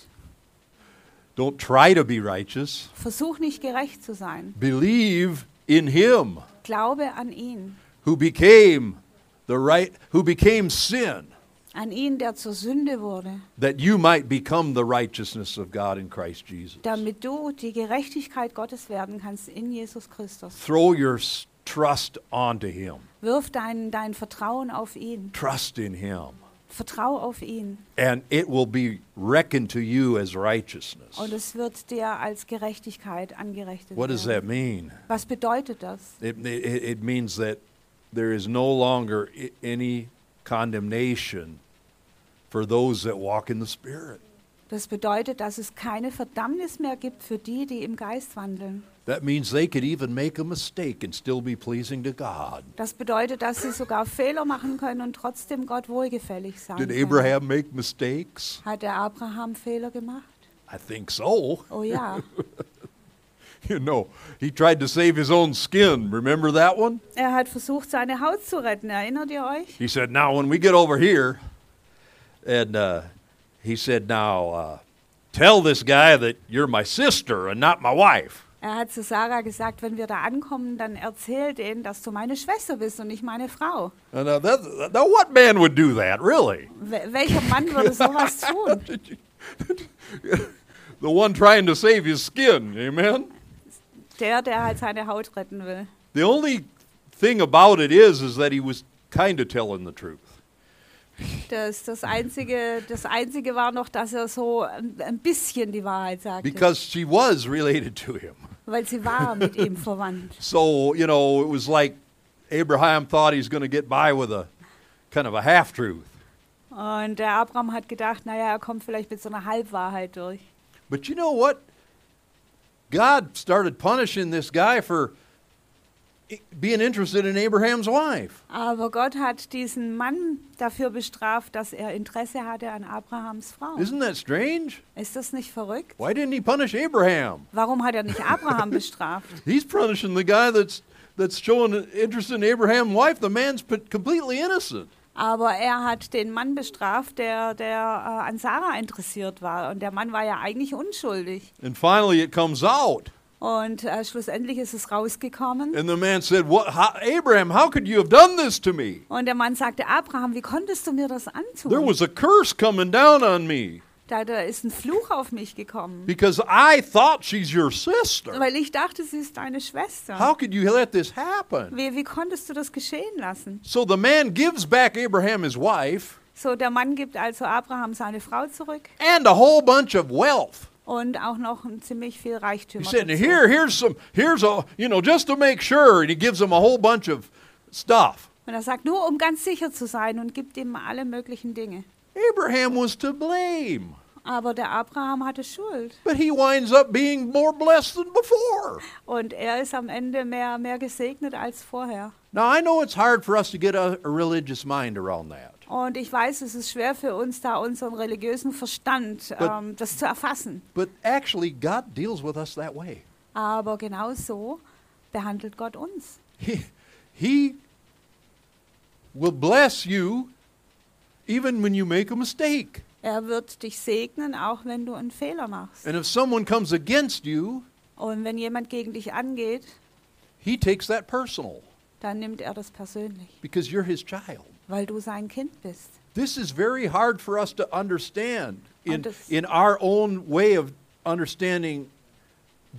B: Don't try to be righteous.
A: Versuch nicht gerecht zu sein.
B: Believe in him.
A: Glaube an ihn.
B: who became the right who became sin
A: An ihn, der zur Sünde wurde,
B: that you might become the righteousness of God in Christ Jesus.
A: damit du die Gerechtigkeit Gottes werden kannst in Jesus Christus.
B: Throw your s- trust onto him.
A: Wirf dein, dein Vertrauen auf ihn.
B: Trust in him
A: Vertrau auf ihn.
B: and it will be reckoned to you as righteousness.
A: Und es wird dir als Gerechtigkeit angerechnet.
B: What does that
A: werden.
B: mean?
A: Was bedeutet das?
B: It, it, it means that there is no longer i- any condemnation for those that walk in the Spirit.
A: Das bedeutet, dass es keine Verdammnis mehr gibt für die, die im Geist wandeln.
B: That means they could even make a mistake and still be pleasing to God.
A: Das bedeutet, dass sie sogar Fehler machen können und trotzdem Gott wohlgefällig sein
B: Did
A: können.
B: Abraham make mistakes?
A: Hat der Abraham Fehler gemacht?
B: I think so.
A: Oh ja.
B: <laughs> You know, he tried to save his own skin. Remember that one?
A: er hat versucht, seine Haut zu retten. Erinnert ihr euch?
B: He said, Now, when we get over here, and uh, he said, Now, uh, tell this guy that you're my sister and not my wife.
A: Er hat zu Sarah gesagt, wenn wir da ankommen, dann erzähl denen, dass du meine Schwester bist und nicht meine Frau.
B: And now, that, now what man would do that, really?
A: Wel- welcher Mann würde
B: <laughs>
A: sowas tun?
B: The one trying to save his skin, amen?
A: Der, der halt seine Haut retten will.
B: The only thing about it is, is that he was kind of telling the truth.
A: Das, das, einzige, das Einzige war noch, dass er so ein, ein bisschen die Wahrheit sagte.
B: Because she was related to him.
A: weil sie war mit ihm verwandt.
B: So, you know, it was like Abraham thought he's going to get by with a kind of a half truth.
A: Und der Abraham hat gedacht, naja, er kommt vielleicht mit so einer Halbwahrheit durch.
B: But you know what? God started punishing this guy for i- being interested in Abraham's wife.
A: Aber Gott hat diesen Mann dafür bestraft, dass er Interesse hatte an Abrahams Frau.
B: Isn't that strange?
A: Ist das nicht verrückt?
B: Why didn't he punish Abraham?
A: Warum hat er nicht Abraham bestraft?
B: He's punishing the guy that's that's showing an interest in Abraham's wife. The man's p- completely innocent.
A: Aber er hat den Mann bestraft, der, der äh, an Sarah interessiert war. Und der Mann war ja eigentlich unschuldig.
B: And finally, it comes out,
A: Und äh, schlussendlich ist es rausgekommen.
B: and the man said, "What, how, Abraham? How could you have done this to me?
A: Und der Mann sagte, Abraham, wie konntest du mir das
B: There
A: antun?
B: was a curse coming down on me
A: Da, da ist ein Fluch auf mich gekommen.
B: because I thought she's your sister.
A: Weil ich dachte, sie ist deine
B: How
A: Schwester.
B: could you let this happen?"
A: Wie, wie konntest du das geschehen lassen?
B: So the man gives back Abraham his wife
A: So, der Mann gibt also Abraham seine Frau zurück
B: and a whole bunch of wealth.
A: und auch noch ziemlich viel
B: He
A: Reichtümer.
B: said,
A: dazu.
B: "Here, here's some, here's a, you know, just to make sure." And he gives him a whole bunch of stuff.
A: Und er sagt, nur um ganz sicher zu sein und gibt ihm alle möglichen Dinge.
B: Abraham was to blame,
A: Aber der Abraham hatte Schuld
B: but he winds up being more blessed than before.
A: und er ist am Ende mehr, mehr gesegnet als vorher.
B: Now, I know it's hard for us to get a, a religious mind around that,
A: Und ich weiß, es ist schwer für uns, da unseren religiösen Verstand
B: But-
A: ähm, das zu erfassen.
B: but actually, God deals with us that way.
A: Aber genau so behandelt Gott uns.
B: He, he will bless you even when you make a mistake.
A: Er wird dich segnen, auch wenn du einen Fehler machst.
B: And if someone comes against you,
A: Und wenn jemand gegen dich angeht,
B: he takes that personal
A: dann nimmt er das persönlich.
B: because you're his child.
A: weil du sein Kind bist.
B: This is very hard for us to understand in,
A: Unders-
B: in our own way of understanding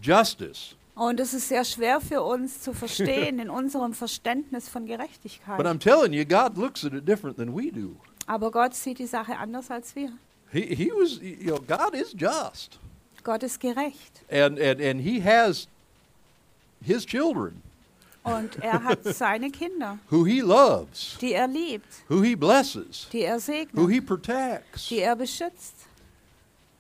B: justice.
A: Und es ist sehr schwer für uns zu verstehen in unserem Verständnis von
B: But I'm
A: Gerechtigkeit.
B: telling you, God looks at it different than we do.
A: Aber Gott sieht die Sache anders als wir.
B: He, he was, you know, God is just.
A: Gott ist gerecht
B: And, and, and He has His children
A: und er hat seine Kinder,
B: who He loves,
A: die er liebt,
B: who He blesses,
A: die er
B: who
A: segnet,
B: He protects.
A: die er beschützt.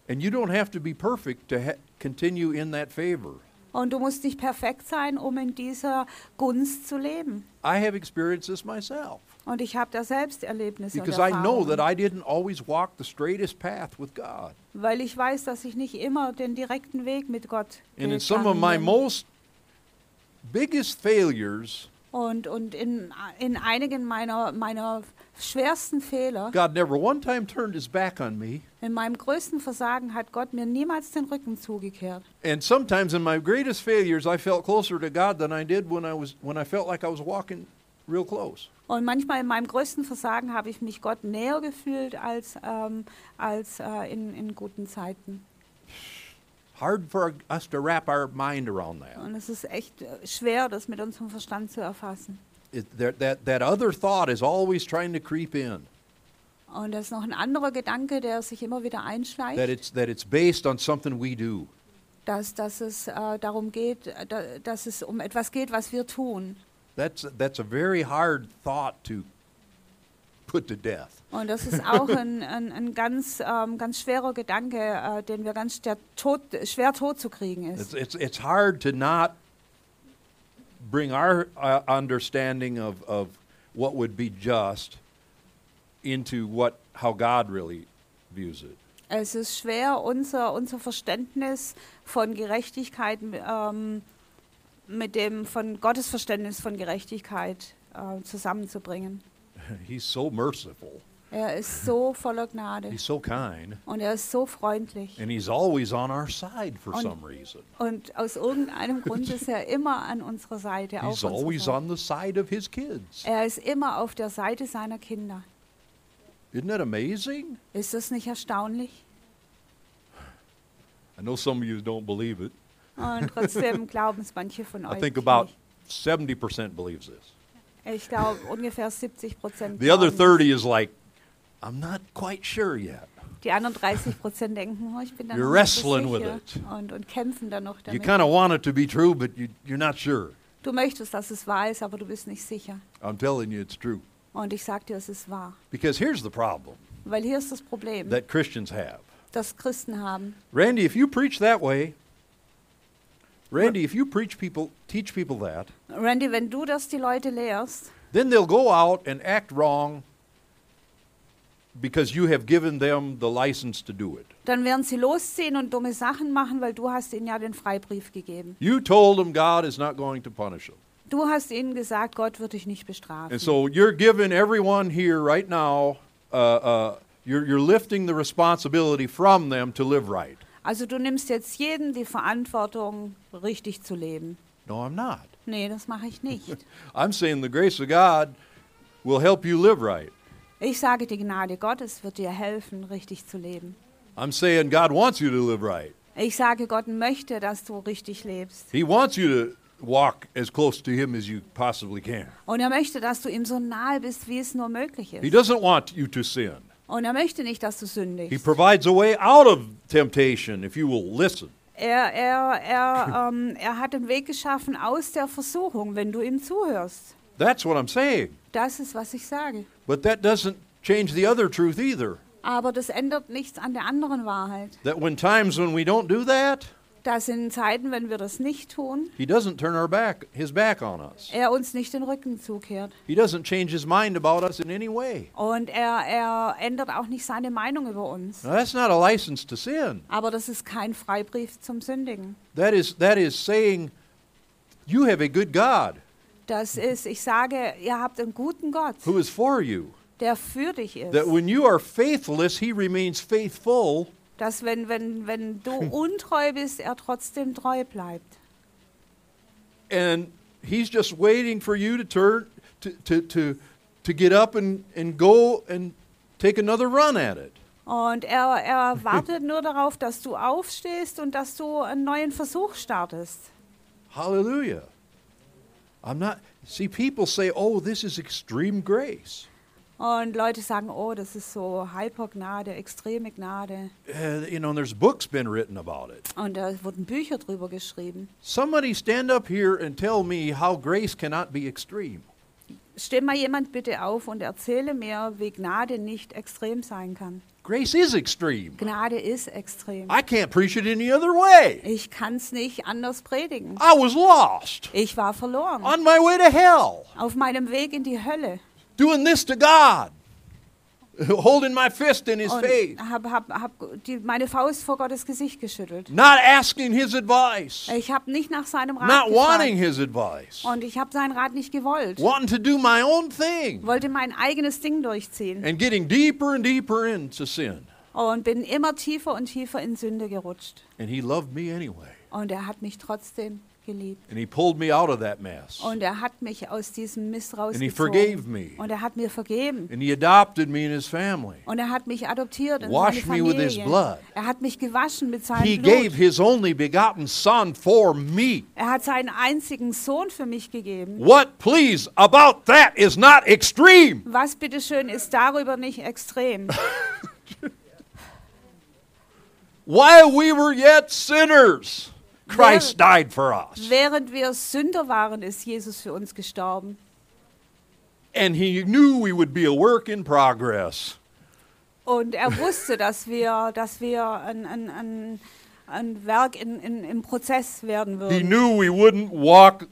B: And you don't have to be perfect to ha- continue in that favor.
A: Und du musst nicht perfekt sein, um in dieser Gunst zu leben.
B: I have experienced this myself
A: Und ich habe da selbst Erlebnisse und
B: because I know that
A: Erfahrungen,
B: I didn't always walk the straightest path with God.
A: weil ich weiß, dass ich nicht immer den direkten Weg mit Gott
B: And in some of
A: gegangen
B: my
A: bin.
B: most biggest failures,
A: Und, und in, in einigen meiner, meiner schwersten Fehler,
B: God never one time turned His back on me.
A: in meinem größten Versagen hat Gott mir niemals den Rücken zugekehrt.
B: And sometimes in my greatest failures, I felt closer to God than I did when I was when I felt like I was walking real close.
A: Und manchmal in meinem größten Versagen habe ich mich Gott näher gefühlt als, ähm, als äh, in, in guten Zeiten.
B: Hard for us to wrap our mind around that.
A: Und es ist echt äh, schwer, das mit unserem Verstand zu erfassen.
B: It, that, that that other thought is always trying to creep in.
A: Und da ist noch ein anderer Gedanke, der sich immer wieder
B: That
A: einschleicht,
B: it's that it's based on something we do.
A: dass, dass es äh, darum geht, äh, da, dass es um etwas geht, was wir tun.
B: That's that's a very hard thought to put to death.
A: Und das ist auch ein, ein, ein ganz, ähm, ganz schwerer Gedanke, äh, den wir ganz schwer tot, schwer tot zu kriegen
B: It's
A: ist.
B: it's, it's hard to not bring our uh, understanding of, of what would be just into what how God really views <laughs> it.
A: Es ist schwer, unser, unser Verständnis von Gerechtigkeit ähm, mit dem von Gottes Verständnis von Gerechtigkeit äh, zusammenzubringen.
B: He's so merciful.
A: Er ist so voller Gnade
B: He's so kind.
A: und er ist so freundlich.
B: And he's always on our side for
A: Und-
B: some reason.
A: Und aus irgendeinem Grund ist er immer an unserer Seite. Auf
B: He's
A: unserer
B: always
A: Seite.
B: on the side of his kids.
A: Er ist immer auf der Seite seiner Kinder.
B: Isn't that amazing?
A: Ist das nicht erstaunlich?
B: I know some of you don't believe it.
A: Und
B: <laughs>
A: trotzdem glauben es manche von
B: I
A: euch.
B: think
A: nicht.
B: about 70% believes this.
A: ich glaube, ungefähr 70 Prozent.
B: The other 30 is like, I'm not quite sure yet.
A: Die anderen 30 Prozent denken, oh, ich bin da
B: You're
A: noch nicht so
B: wrestling with
A: sicher
B: it.
A: und, und kämpfen dann noch
B: You
A: damit.
B: kind of want it to be true, but you, you're not sure.
A: Du möchtest, dass es wahr ist, aber du bist nicht sicher.
B: I'm telling you, it's true.
A: Und ich sage dir, es ist wahr.
B: Because here's the problem
A: Weil hier ist das Problem,
B: that Christians have.
A: das Christen haben.
B: Randy, if you preach that way, Randy, if you preach people, teach people that,
A: Randy, wenn du das die Leute lehrst,
B: then they'll go out and act wrong because you have given them the license to do it.
A: dann werden sie losziehen und dumme Sachen machen, weil du hast ihnen ja den Freibrief gegeben.
B: You told them God is not going to punish them.
A: Du hast ihnen gesagt, Gott wird dich nicht bestrafen.
B: And so you're giving everyone here right now, uh, uh, you're, you're lifting the responsibility from them to live right.
A: Also du nimmst jetzt jedem die Verantwortung, richtig zu leben.
B: No, I'm not.
A: Nee, das mache ich nicht.
B: <laughs> I'm saying the grace of God will help you live right.
A: Ich sage, die Gnade Gottes wird dir helfen, richtig zu leben.
B: I'm saying God wants you to live right.
A: Ich sage, Gott möchte, dass du richtig lebst.
B: He wants you to walk as close to Him as you possibly can.
A: Und er möchte, dass du ihm so nahe bist, wie es nur möglich
B: He
A: ist.
B: doesn't want you to sin.
A: Und er möchte nicht, dass du
B: He
A: sündigst.
B: provides a way out of temptation if you will listen.
A: Er, er, er, <laughs> ähm, er hat den Weg geschaffen aus der Versuchung, wenn du ihm zuhörst.
B: That's what I'm saying.
A: Das ist, was ich sage.
B: But that doesn't change the other truth either.
A: Aber das ändert nichts an der anderen Wahrheit.
B: That when times when we don't do that,
A: Das sind Zeiten, wenn wir das nicht tun,
B: He doesn't turn our back, his back on us.
A: er uns nicht den Rücken zukehrt.
B: He doesn't change his mind about us in any way.
A: Und er, er ändert auch nicht seine Meinung über uns.
B: Now, that's not a license to sin.
A: Aber das ist kein Freibrief zum Sündigen.
B: That is, that is saying, you have a good God
A: Das ist, ich sage, ihr habt einen guten Gott,
B: who is for you.
A: der für dich ist.
B: That when you are faithless, he remains faithful.
A: Dass wenn, wenn, wenn du untreu bist, er trotzdem treu bleibt.
B: And he's just waiting for you to turn, to, to, to, to get up and, and go and take another run at it.
A: Und er, er wartet nur darauf, dass du aufstehst und dass du einen neuen Versuch startest.
B: Hallelujah. I'm not, see, people say, oh, this is extreme grace.
A: Und Leute sagen, oh, das ist so Hypergnade, extreme Gnade.
B: uh, you know, and there's books been written about it.
A: Und da wurden Bücher drüber geschrieben.
B: Somebody stand up here and tell me how grace cannot be extreme.
A: Steh mal jemand bitte auf und erzähle mir, wie Gnade nicht extrem sein kann.
B: Grace is extreme.
A: Gnade ist extrem.
B: I can't preach it any other way.
A: Ich kann es nicht anders predigen.
B: I was lost
A: Ich war verloren.
B: on my way to hell,
A: Auf meinem Weg in die Hölle.
B: doing this to God, holding my fist in his face,
A: Und habe hab, hab die, meine Faust vor Gottes Gesicht geschüttelt.
B: not asking his advice,
A: Ich habe nicht nach seinem Rat
B: not wanting
A: gefragt.
B: his advice,
A: Und ich habe seinen Rat nicht gewollt.
B: wanting to do my own thing,
A: Wollte mein eigenes Ding durchziehen.
B: and getting deeper and deeper into sin.
A: Und bin immer tiefer und tiefer in Sünde gerutscht.
B: And he loved me anyway,
A: Und er hat mich trotzdem geliebt.
B: and he pulled me out of that mess.
A: Und er hat mich aus diesem Mist
B: And he
A: rausgezogen.
B: forgave me.
A: Und er hat mir vergeben.
B: And he adopted me in his family.
A: Und er hat mich adoptiert in seine
B: Wash me
A: Familie.
B: with his blood.
A: Er hat mich gewaschen mit seinem
B: He
A: Blut.
B: gave his only begotten son for me.
A: Er hat seinen einzigen Sohn für mich gegeben.
B: What, please, about that is not extreme.
A: Was bitteschön ist darüber nicht
B: <laughs>
A: extrem?
B: While we were yet sinners, Christ died for us.
A: Während wir Sünder waren, ist Jesus für uns gestorben.
B: And he knew we would be a work in progress.
A: Und
B: <laughs>
A: er wusste, dass wir, dass wir ein, ein, ein, ein Werk in, in, im Prozess werden
B: He
A: würden.
B: knew we wouldn't walk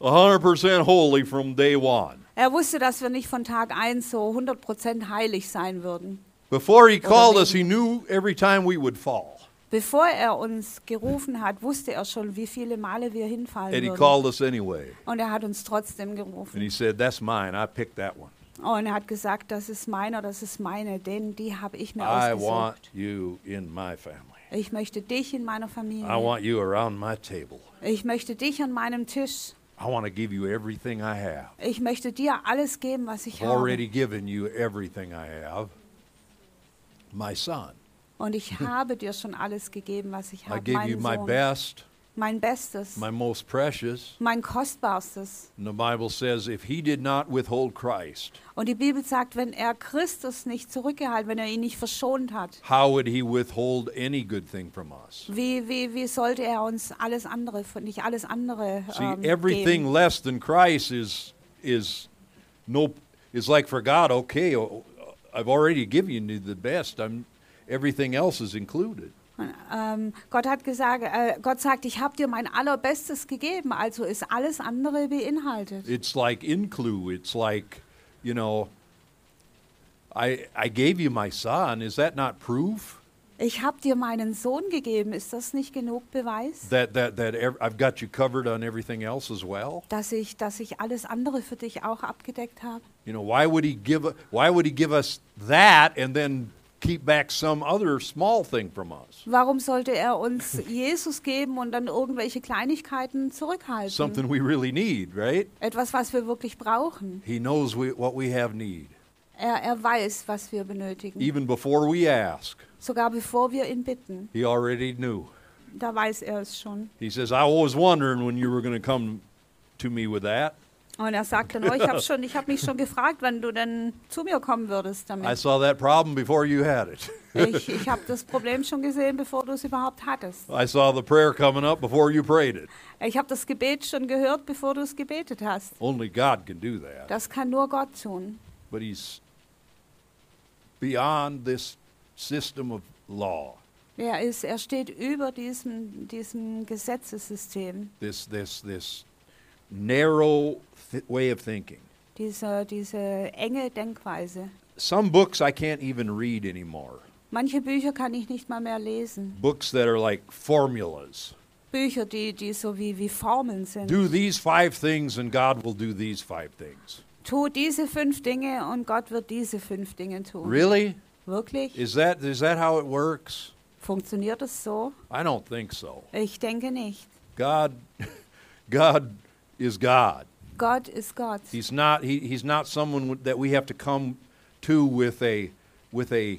B: 100% holy from day one.
A: Er wusste, dass wir nicht von Tag 1 so 100% heilig sein würden.
B: Before he called us, he knew every time we would fall.
A: Bevor er uns gerufen hat, wusste er schon, wie viele Male wir hinfallen
B: And he
A: würden.
B: called us anyway.
A: Und er hat uns trotzdem
B: And
A: gerufen. Oh,
B: he said, That's mine. I picked that one.
A: Und er hat gesagt, das ist meiner, das ist meine, denn die habe ich mir
B: I
A: ausgesucht.
B: want you in my family.
A: Ich möchte dich in meiner
B: I
A: Familie.
B: want you around my table.
A: Ich möchte dich an meinem Tisch.
B: I want to give you everything I have.
A: Ich möchte dir alles geben, was ich
B: I've already
A: habe.
B: given you everything I have. My son.
A: Und
B: <laughs>
A: ich habe dir schon alles gegeben, was ich
B: I
A: habe.
B: gave you
A: Meinen
B: my
A: Sohn.
B: best,
A: Mein Bestes.
B: my most precious.
A: Mein Kostbarstes.
B: And the Bible says if he did not withhold Christ,
A: Und die Bibel sagt, wenn er Christus nicht zurückgehalten, wenn er ihn nicht verschont hat,
B: how would he withhold any good thing from us?
A: wie, wie, wie sollte er uns alles andere, von- nicht alles andere
B: See,
A: ähm,
B: everything
A: geben?
B: less than Christ is is no is like for God. Okay, oh, I've already given you the best. I'm everything else is included.
A: Ähm, Gott hat gesagt, äh, Gott sagt, ich habe dir mein allerbestes gegeben, also ist alles andere beinhaltet.
B: It's like include. It's like you know. I I gave you my son. Is that not proof
A: Ich habe dir meinen Sohn gegeben, ist das nicht genug Beweis,
B: that that that ev- I've got you covered on everything else as well?
A: dass ich, dass ich alles andere für dich auch abgedeckt habe?
B: You know why would he give u- why would he give us that and then keep back some other small thing from us?
A: Warum sollte er
B: <laughs>
A: uns Jesus geben und dann irgendwelche Kleinigkeiten zurückhalten?
B: Something we really need, right?
A: Etwas, was wir wirklich brauchen.
B: He knows we, what we have need,
A: Er, er weiß, was wir benötigen.
B: even before we ask.
A: Sogar bevor wir ihn bitten,
B: He already knew.
A: da weiß er es schon.
B: He says, "I was wondering when you were going to come to me with that.
A: Und er sagt dann, oh, ich habe schon, ich habe mich schon gefragt, wann du denn zu mir kommen würdest
B: I
A: damit.
B: saw that problem before you had it. <laughs>
A: Ich, ich habe das Problem schon gesehen, bevor du es überhaupt hattest.
B: I saw the prayer coming up before you prayed it.
A: Ich habe das Gebet schon gehört, bevor du es gebetet hast.
B: Only God can do that.
A: Das kann nur Gott tun.
B: but he's beyond this system of law.
A: Er ist, er steht über diesem, diesem Gesetzessystem,
B: This this this narrow th- way of thinking.
A: diese, diese enge Denkweise.
B: Some books I can't even read anymore.
A: Manche Bücher kann ich nicht mal mehr lesen.
B: Books that are like formulas.
A: Bücher, die, die so wie, wie Formeln sind.
B: Do these five things and God will do these five things.
A: Tu diese fünf Dinge und Gott wird diese fünf Dinge tun.
B: Really?
A: Wirklich?
B: Is that is that how it works?
A: Funktioniert es so?
B: I don't think so.
A: Ich denke nicht.
B: God <laughs> God is God.
A: Gott ist Gott.
B: He's not he, he's not someone w- that we have to come to with a with a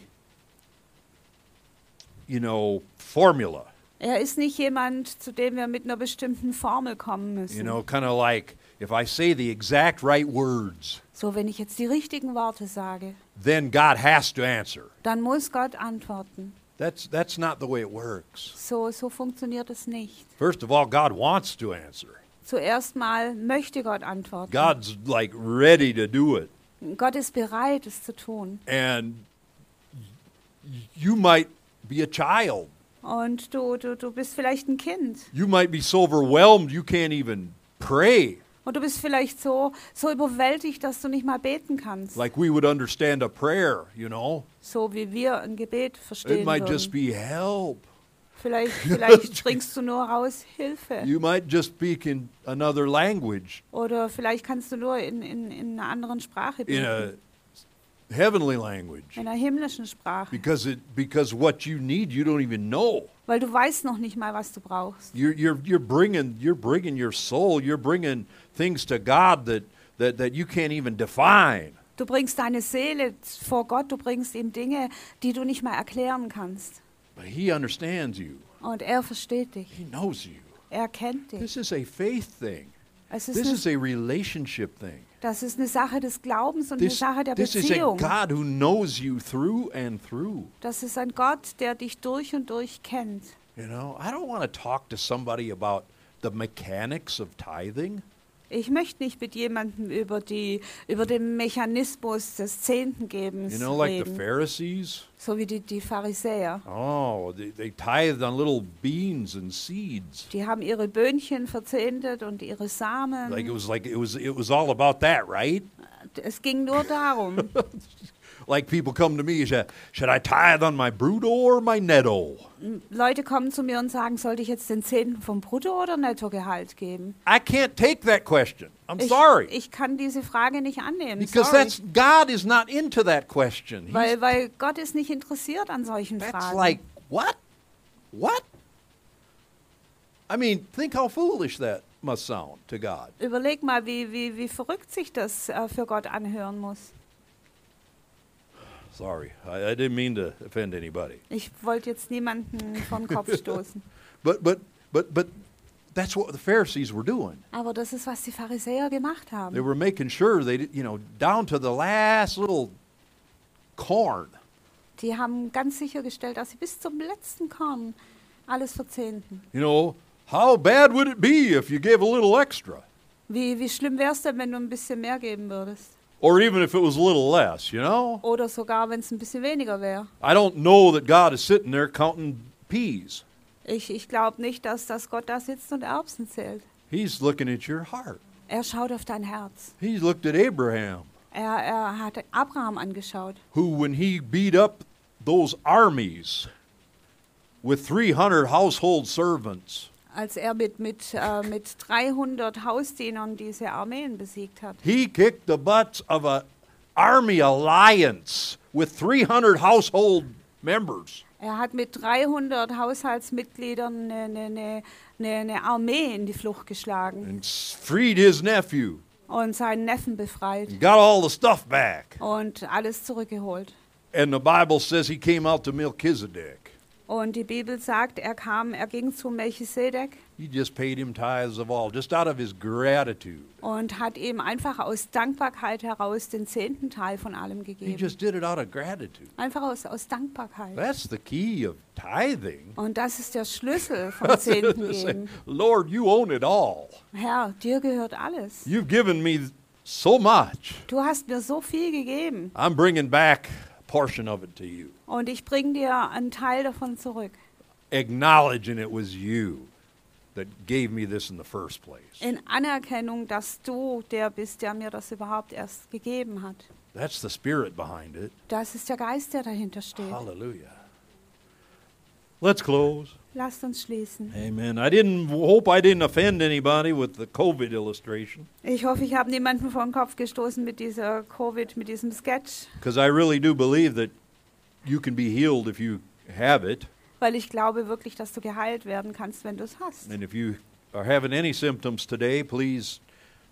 B: you know formula.
A: Er ist nicht jemand, zu dem wir mit einer bestimmten Formel kommen
B: You
A: müssen.
B: know, kind of like if I say the exact right words,
A: So, wenn ich jetzt die richtigen Worte sage,
B: then God has to answer.
A: dann muss Gott antworten.
B: That's that's not the way it works.
A: So, so funktioniert es nicht.
B: First of all, God wants to answer.
A: Zuerst mal möchte Gott antworten.
B: God's like ready to do it.
A: Gott ist bereit, es zu tun.
B: And y- you might be a child.
A: Und du, du, du bist vielleicht ein Kind.
B: You might be so overwhelmed you can't even pray.
A: Und du bist vielleicht so, so überwältigt, dass du nicht mal beten kannst.
B: Like we would understand a prayer, you know?
A: so wie wir ein Gebet
B: It
A: verstehen
B: might
A: würden.
B: just be help. <laughs>
A: Vielleicht, vielleicht bringst du nur raus Hilfe.
B: You might just speak in another language,
A: Oder vielleicht kannst du nur in, in, in einer anderen Sprache
B: in
A: beten.
B: a heavenly language.
A: In einer himmlischen Sprache.
B: Because it because what you need you don't even know.
A: Weil du weißt noch nicht mal, was du brauchst.
B: You're you're you're bringing you're bringing your soul, you're bringing things to God that that, that you can't even define.
A: Du bringst deine Seele vor Gott, du bringst ihm Dinge, die du nicht mal erklären kannst.
B: But he understands you.
A: Und er versteht dich,
B: He knows you.
A: er kennt dich.
B: This is a faith thing.
A: Es
B: This
A: ist
B: is
A: eine,
B: a relationship thing.
A: das ist eine Sache des Glaubens und
B: This,
A: eine Sache der
B: this is a
A: Beziehung.
B: God who knows you through and through.
A: Das ist ein Gott, der dich durch und durch kennt.
B: You know, I don't want to talk to somebody about the mechanics of tithing.
A: Ich möchte nicht mit jemandem über, die, über den Mechanismus des Zehntengebens
B: You know, like the
A: reden,
B: Pharisees.
A: so wie die, die Pharisäer.
B: Oh, they, they tithed on little beans and seeds.
A: Die haben ihre Böhnchen verzehntet und ihre Samen.
B: Like it was like it was it was all about that, right? <laughs>
A: es ging nur darum.
B: Like people come to me, should, should I tithe on my brutal or my netto?
A: Leute kommen zu mir und sagen, sollte ich jetzt den Zehnten vom Brutto- oder Nettogehalt geben?
B: I can't take that question. I'm
A: Ich,
B: sorry.
A: ich kann diese Frage nicht annehmen.
B: because
A: sorry.
B: that's God is not into that question. He's-
A: Weil, weil Gott ist nicht interessiert an solchen
B: that's
A: Fragen.
B: like what? What? I mean, think how foolish that must sound to God.
A: Überleg mal, wie, wie, wie verrückt sich das äh, für Gott anhören muss.
B: Sorry, I, I didn't mean to offend anybody.
A: Ich wollte jetzt niemanden vom
B: <laughs>
A: Kopf stoßen.
B: But but but but that's what the Pharisees were doing.
A: Aber das ist, was die Pharisäer gemacht
B: They
A: haben.
B: were making sure they did, you know down to the last little corn.
A: Die haben ganz sichergestellt, dass sie bis zum letzten Korn alles verzehnten.
B: You know how bad would it be if you gave a little extra,
A: Wie, wie schlimm wäre es denn, wenn du ein bisschen mehr geben würdest?
B: or even if it was a little less? You know,
A: Oder sogar, wenn es ein bisschen weniger wäre.
B: I don't know that God is sitting there counting peas.
A: Ich, ich glaube nicht, dass, dass Gott da sitzt und Erbsen zählt.
B: He's looking at your heart.
A: Er schaut auf dein Herz.
B: He looked at Abraham,
A: Er, er hat Abraham angeschaut.
B: who, when he beat up those armies with 300 household servants,
A: als er mit, mit, äh, mit 300 Hausdienern diese Armeen besiegt hat.
B: he kicked the butts of an army alliance with 300 household members.
A: Er hat mit 300 Haushaltsmitgliedern ne, eine, eine, eine, eine, eine ne, Armee in die Flucht geschlagen
B: And s- freed his nephew,
A: und seinen Neffen befreit
B: and got all the stuff back.
A: und alles zurückgeholt.
B: And the Bible says he came out to Melchizedek.
A: Und die Bibel sagt, er kam, er ging zu Melchisedek
B: He just paid him tithes of all, just out of his gratitude.
A: und hat ihm einfach aus Dankbarkeit heraus den zehnten Teil von allem
B: He
A: gegeben.
B: just did it out of gratitude.
A: Einfach aus, aus Dankbarkeit.
B: That's the key of tithing.
A: Und das ist der Schlüssel
B: <laughs>
A: vom Zehnten
B: Say,
A: geben.
B: Lord, you own it all.
A: Herr, dir gehört alles.
B: You've given me so much.
A: Du hast mir so viel gegeben
B: I'm bringing back a portion of it to you,
A: und ich bringe dir einen Teil davon zurück.
B: acknowledging it was you that gave me this in the first place.
A: In Anerkennung, dass du der bist, der mir das überhaupt erst gegeben hat.
B: That's the spirit behind it.
A: Das ist der Geist, der dahinter steht.
B: Hallelujah. Let's close.
A: Lasst uns schließen.
B: Amen. I didn't hope I didn't offend anybody with the COVID illustration
A: Ich hoffe, ich habe niemanden vor den Kopf gestoßen mit dieser Covid, mit diesem Sketch,
B: because I really do believe that you can be healed if you have it.
A: weil ich glaube wirklich, dass du geheilt werden kannst, wenn du es hast.
B: And if you are having any symptoms today, please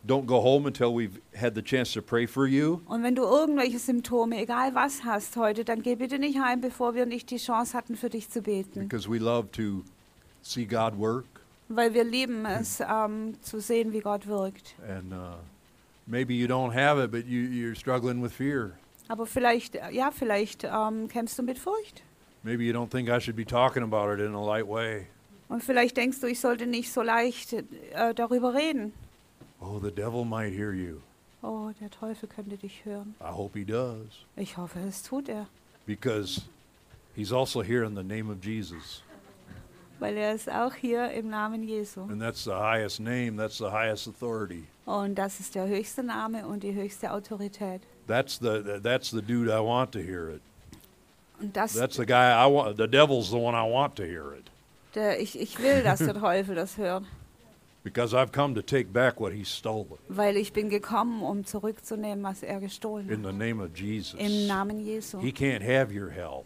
B: don't go home until we've had the chance to pray for you.
A: Und wenn du irgendwelche Symptome, egal was hast heute, dann geh bitte nicht heim, bevor wir nicht die Chance hatten, für dich zu beten.
B: Because we love to see God work,
A: Weil wir lieben es, ähm, zu sehen, wie Gott wirkt.
B: and uh, maybe you don't have it, but you, you're struggling with fear.
A: Aber vielleicht, äh, ja, vielleicht ähm, kämpfst du mit Furcht.
B: Maybe you don't think I should be talking about it in a light way.
A: Und vielleicht denkst du, ich sollte nicht so leicht äh, darüber reden.
B: Oh, the devil might hear you.
A: Oh, der Teufel könnte dich hören.
B: I hope he does,
A: Ich hoffe, es tut er,
B: because he's also here in the name of Jesus,
A: weil er ist auch hier im Namen Jesu.
B: and that's the highest name, that's the highest authority.
A: Und das ist der höchste Name und die höchste Autorität.
B: That's the that's the dude I want to hear it.
A: Und das,
B: That's the guy I want. The devil's the one I want to hear it
A: der, ich, ich will, dass
B: <laughs>
A: der Teufel das hört,
B: because I've come to take back what he's stolen
A: weil ich bin gekommen, um zurückzunehmen, was er
B: in
A: gestohlen
B: the
A: hat.
B: name of Jesus.
A: Im Namen Jesu.
B: He can't have your health.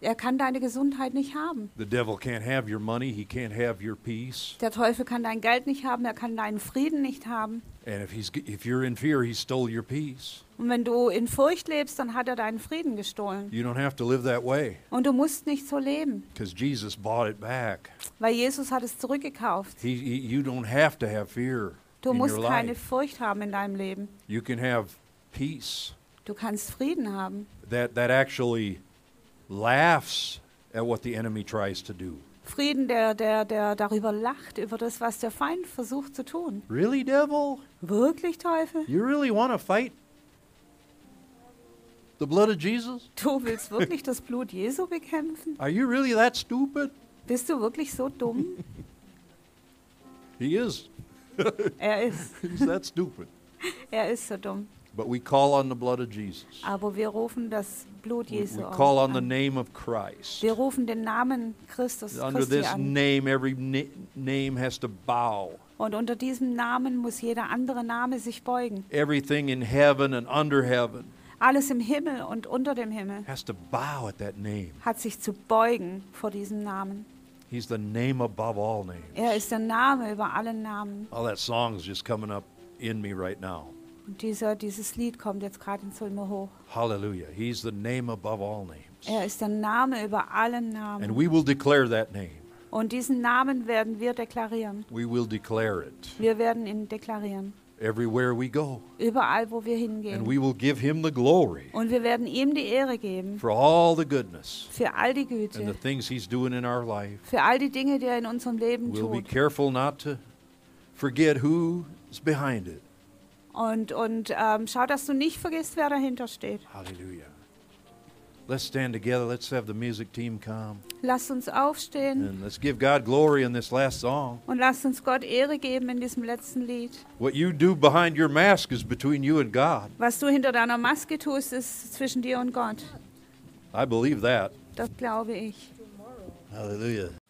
A: Er kann deine Gesundheit nicht haben.
B: The devil can't have your money. He can't have your peace.
A: Der Teufel kann dein Geld nicht haben, er kann deinen Frieden nicht haben.
B: And if he's if you're in fear, he stole your peace.
A: Und wenn du in Furcht lebst, dann hat er deinen Frieden gestohlen.
B: You don't have to live that way
A: Und du musst nicht so leben,
B: because Jesus bought it back.
A: weil Jesus hat es zurückgekauft.
B: He, he you don't have to have fear
A: Du
B: in
A: musst
B: your
A: keine
B: life.
A: Furcht haben in deinem Leben.
B: You can have peace
A: Du kannst Frieden haben.
B: that that actually laughs at what the enemy tries to do.
A: Frieden, der, der, der darüber lacht, über das, was der Feind versucht zu tun.
B: Really, devil?
A: Wirklich, Teufel?
B: You really want to fight the blood of Jesus?
A: Du willst wirklich das Blut Jesu bekämpfen?
B: Are you really that stupid?
A: Bist du wirklich so dumm?
B: He is.
A: Er ist.
B: He's that stupid.
A: Er ist so dumm.
B: But we call on the blood of Jesus.
A: Aber wir rufen das Blut
B: We
A: Jesu
B: call on the
A: an.
B: name of Christ.
A: Wir rufen den Namen Christus
B: Under
A: Christi
B: this
A: an.
B: name, every na- name has to bow.
A: Und unter diesem Namen muss jeder andere Name sich beugen.
B: Everything in heaven and under heaven
A: Alles im Himmel und unter dem Himmel
B: has to bow at that name.
A: hat sich zu beugen vor diesem Namen.
B: He's the name above all names.
A: Er ist der Name über allen Namen.
B: All that song's just coming up in me right now.
A: Und dieser, dieses Lied kommt jetzt gerade in Zulme hoch.
B: Hallelujah. He's the name above all names.
A: Er ist der Name über allen
B: And
A: Namen.
B: we will declare that name.
A: Und diesen Namen werden wir deklarieren.
B: We will declare it
A: Wir werden ihn deklarieren.
B: everywhere we go.
A: Überall, wo wir hingehen.
B: And we will give him the glory
A: Und wir werden ihm die Ehre geben
B: for all the goodness
A: für all die
B: and the
A: Güte,
B: things he's doing in our life.
A: für all die Dinge, die er in unserem Leben
B: We'll be
A: tut.
B: careful not to forget who's behind it.
A: Und, und ähm, schau, dass du nicht vergisst, wer dahinter steht.
B: Hallelujah. Let's stand together. Let's have the music team come.
A: Lasst uns aufstehen
B: And let's give God glory in this last song.
A: und lasst uns Gott Ehre geben in diesem letzten Lied.
B: What you do behind your mask is between you and God.
A: Was du hinter deiner Maske tust, ist zwischen dir und Gott.
B: I believe that.
A: Das glaube ich.
B: Hallelujah.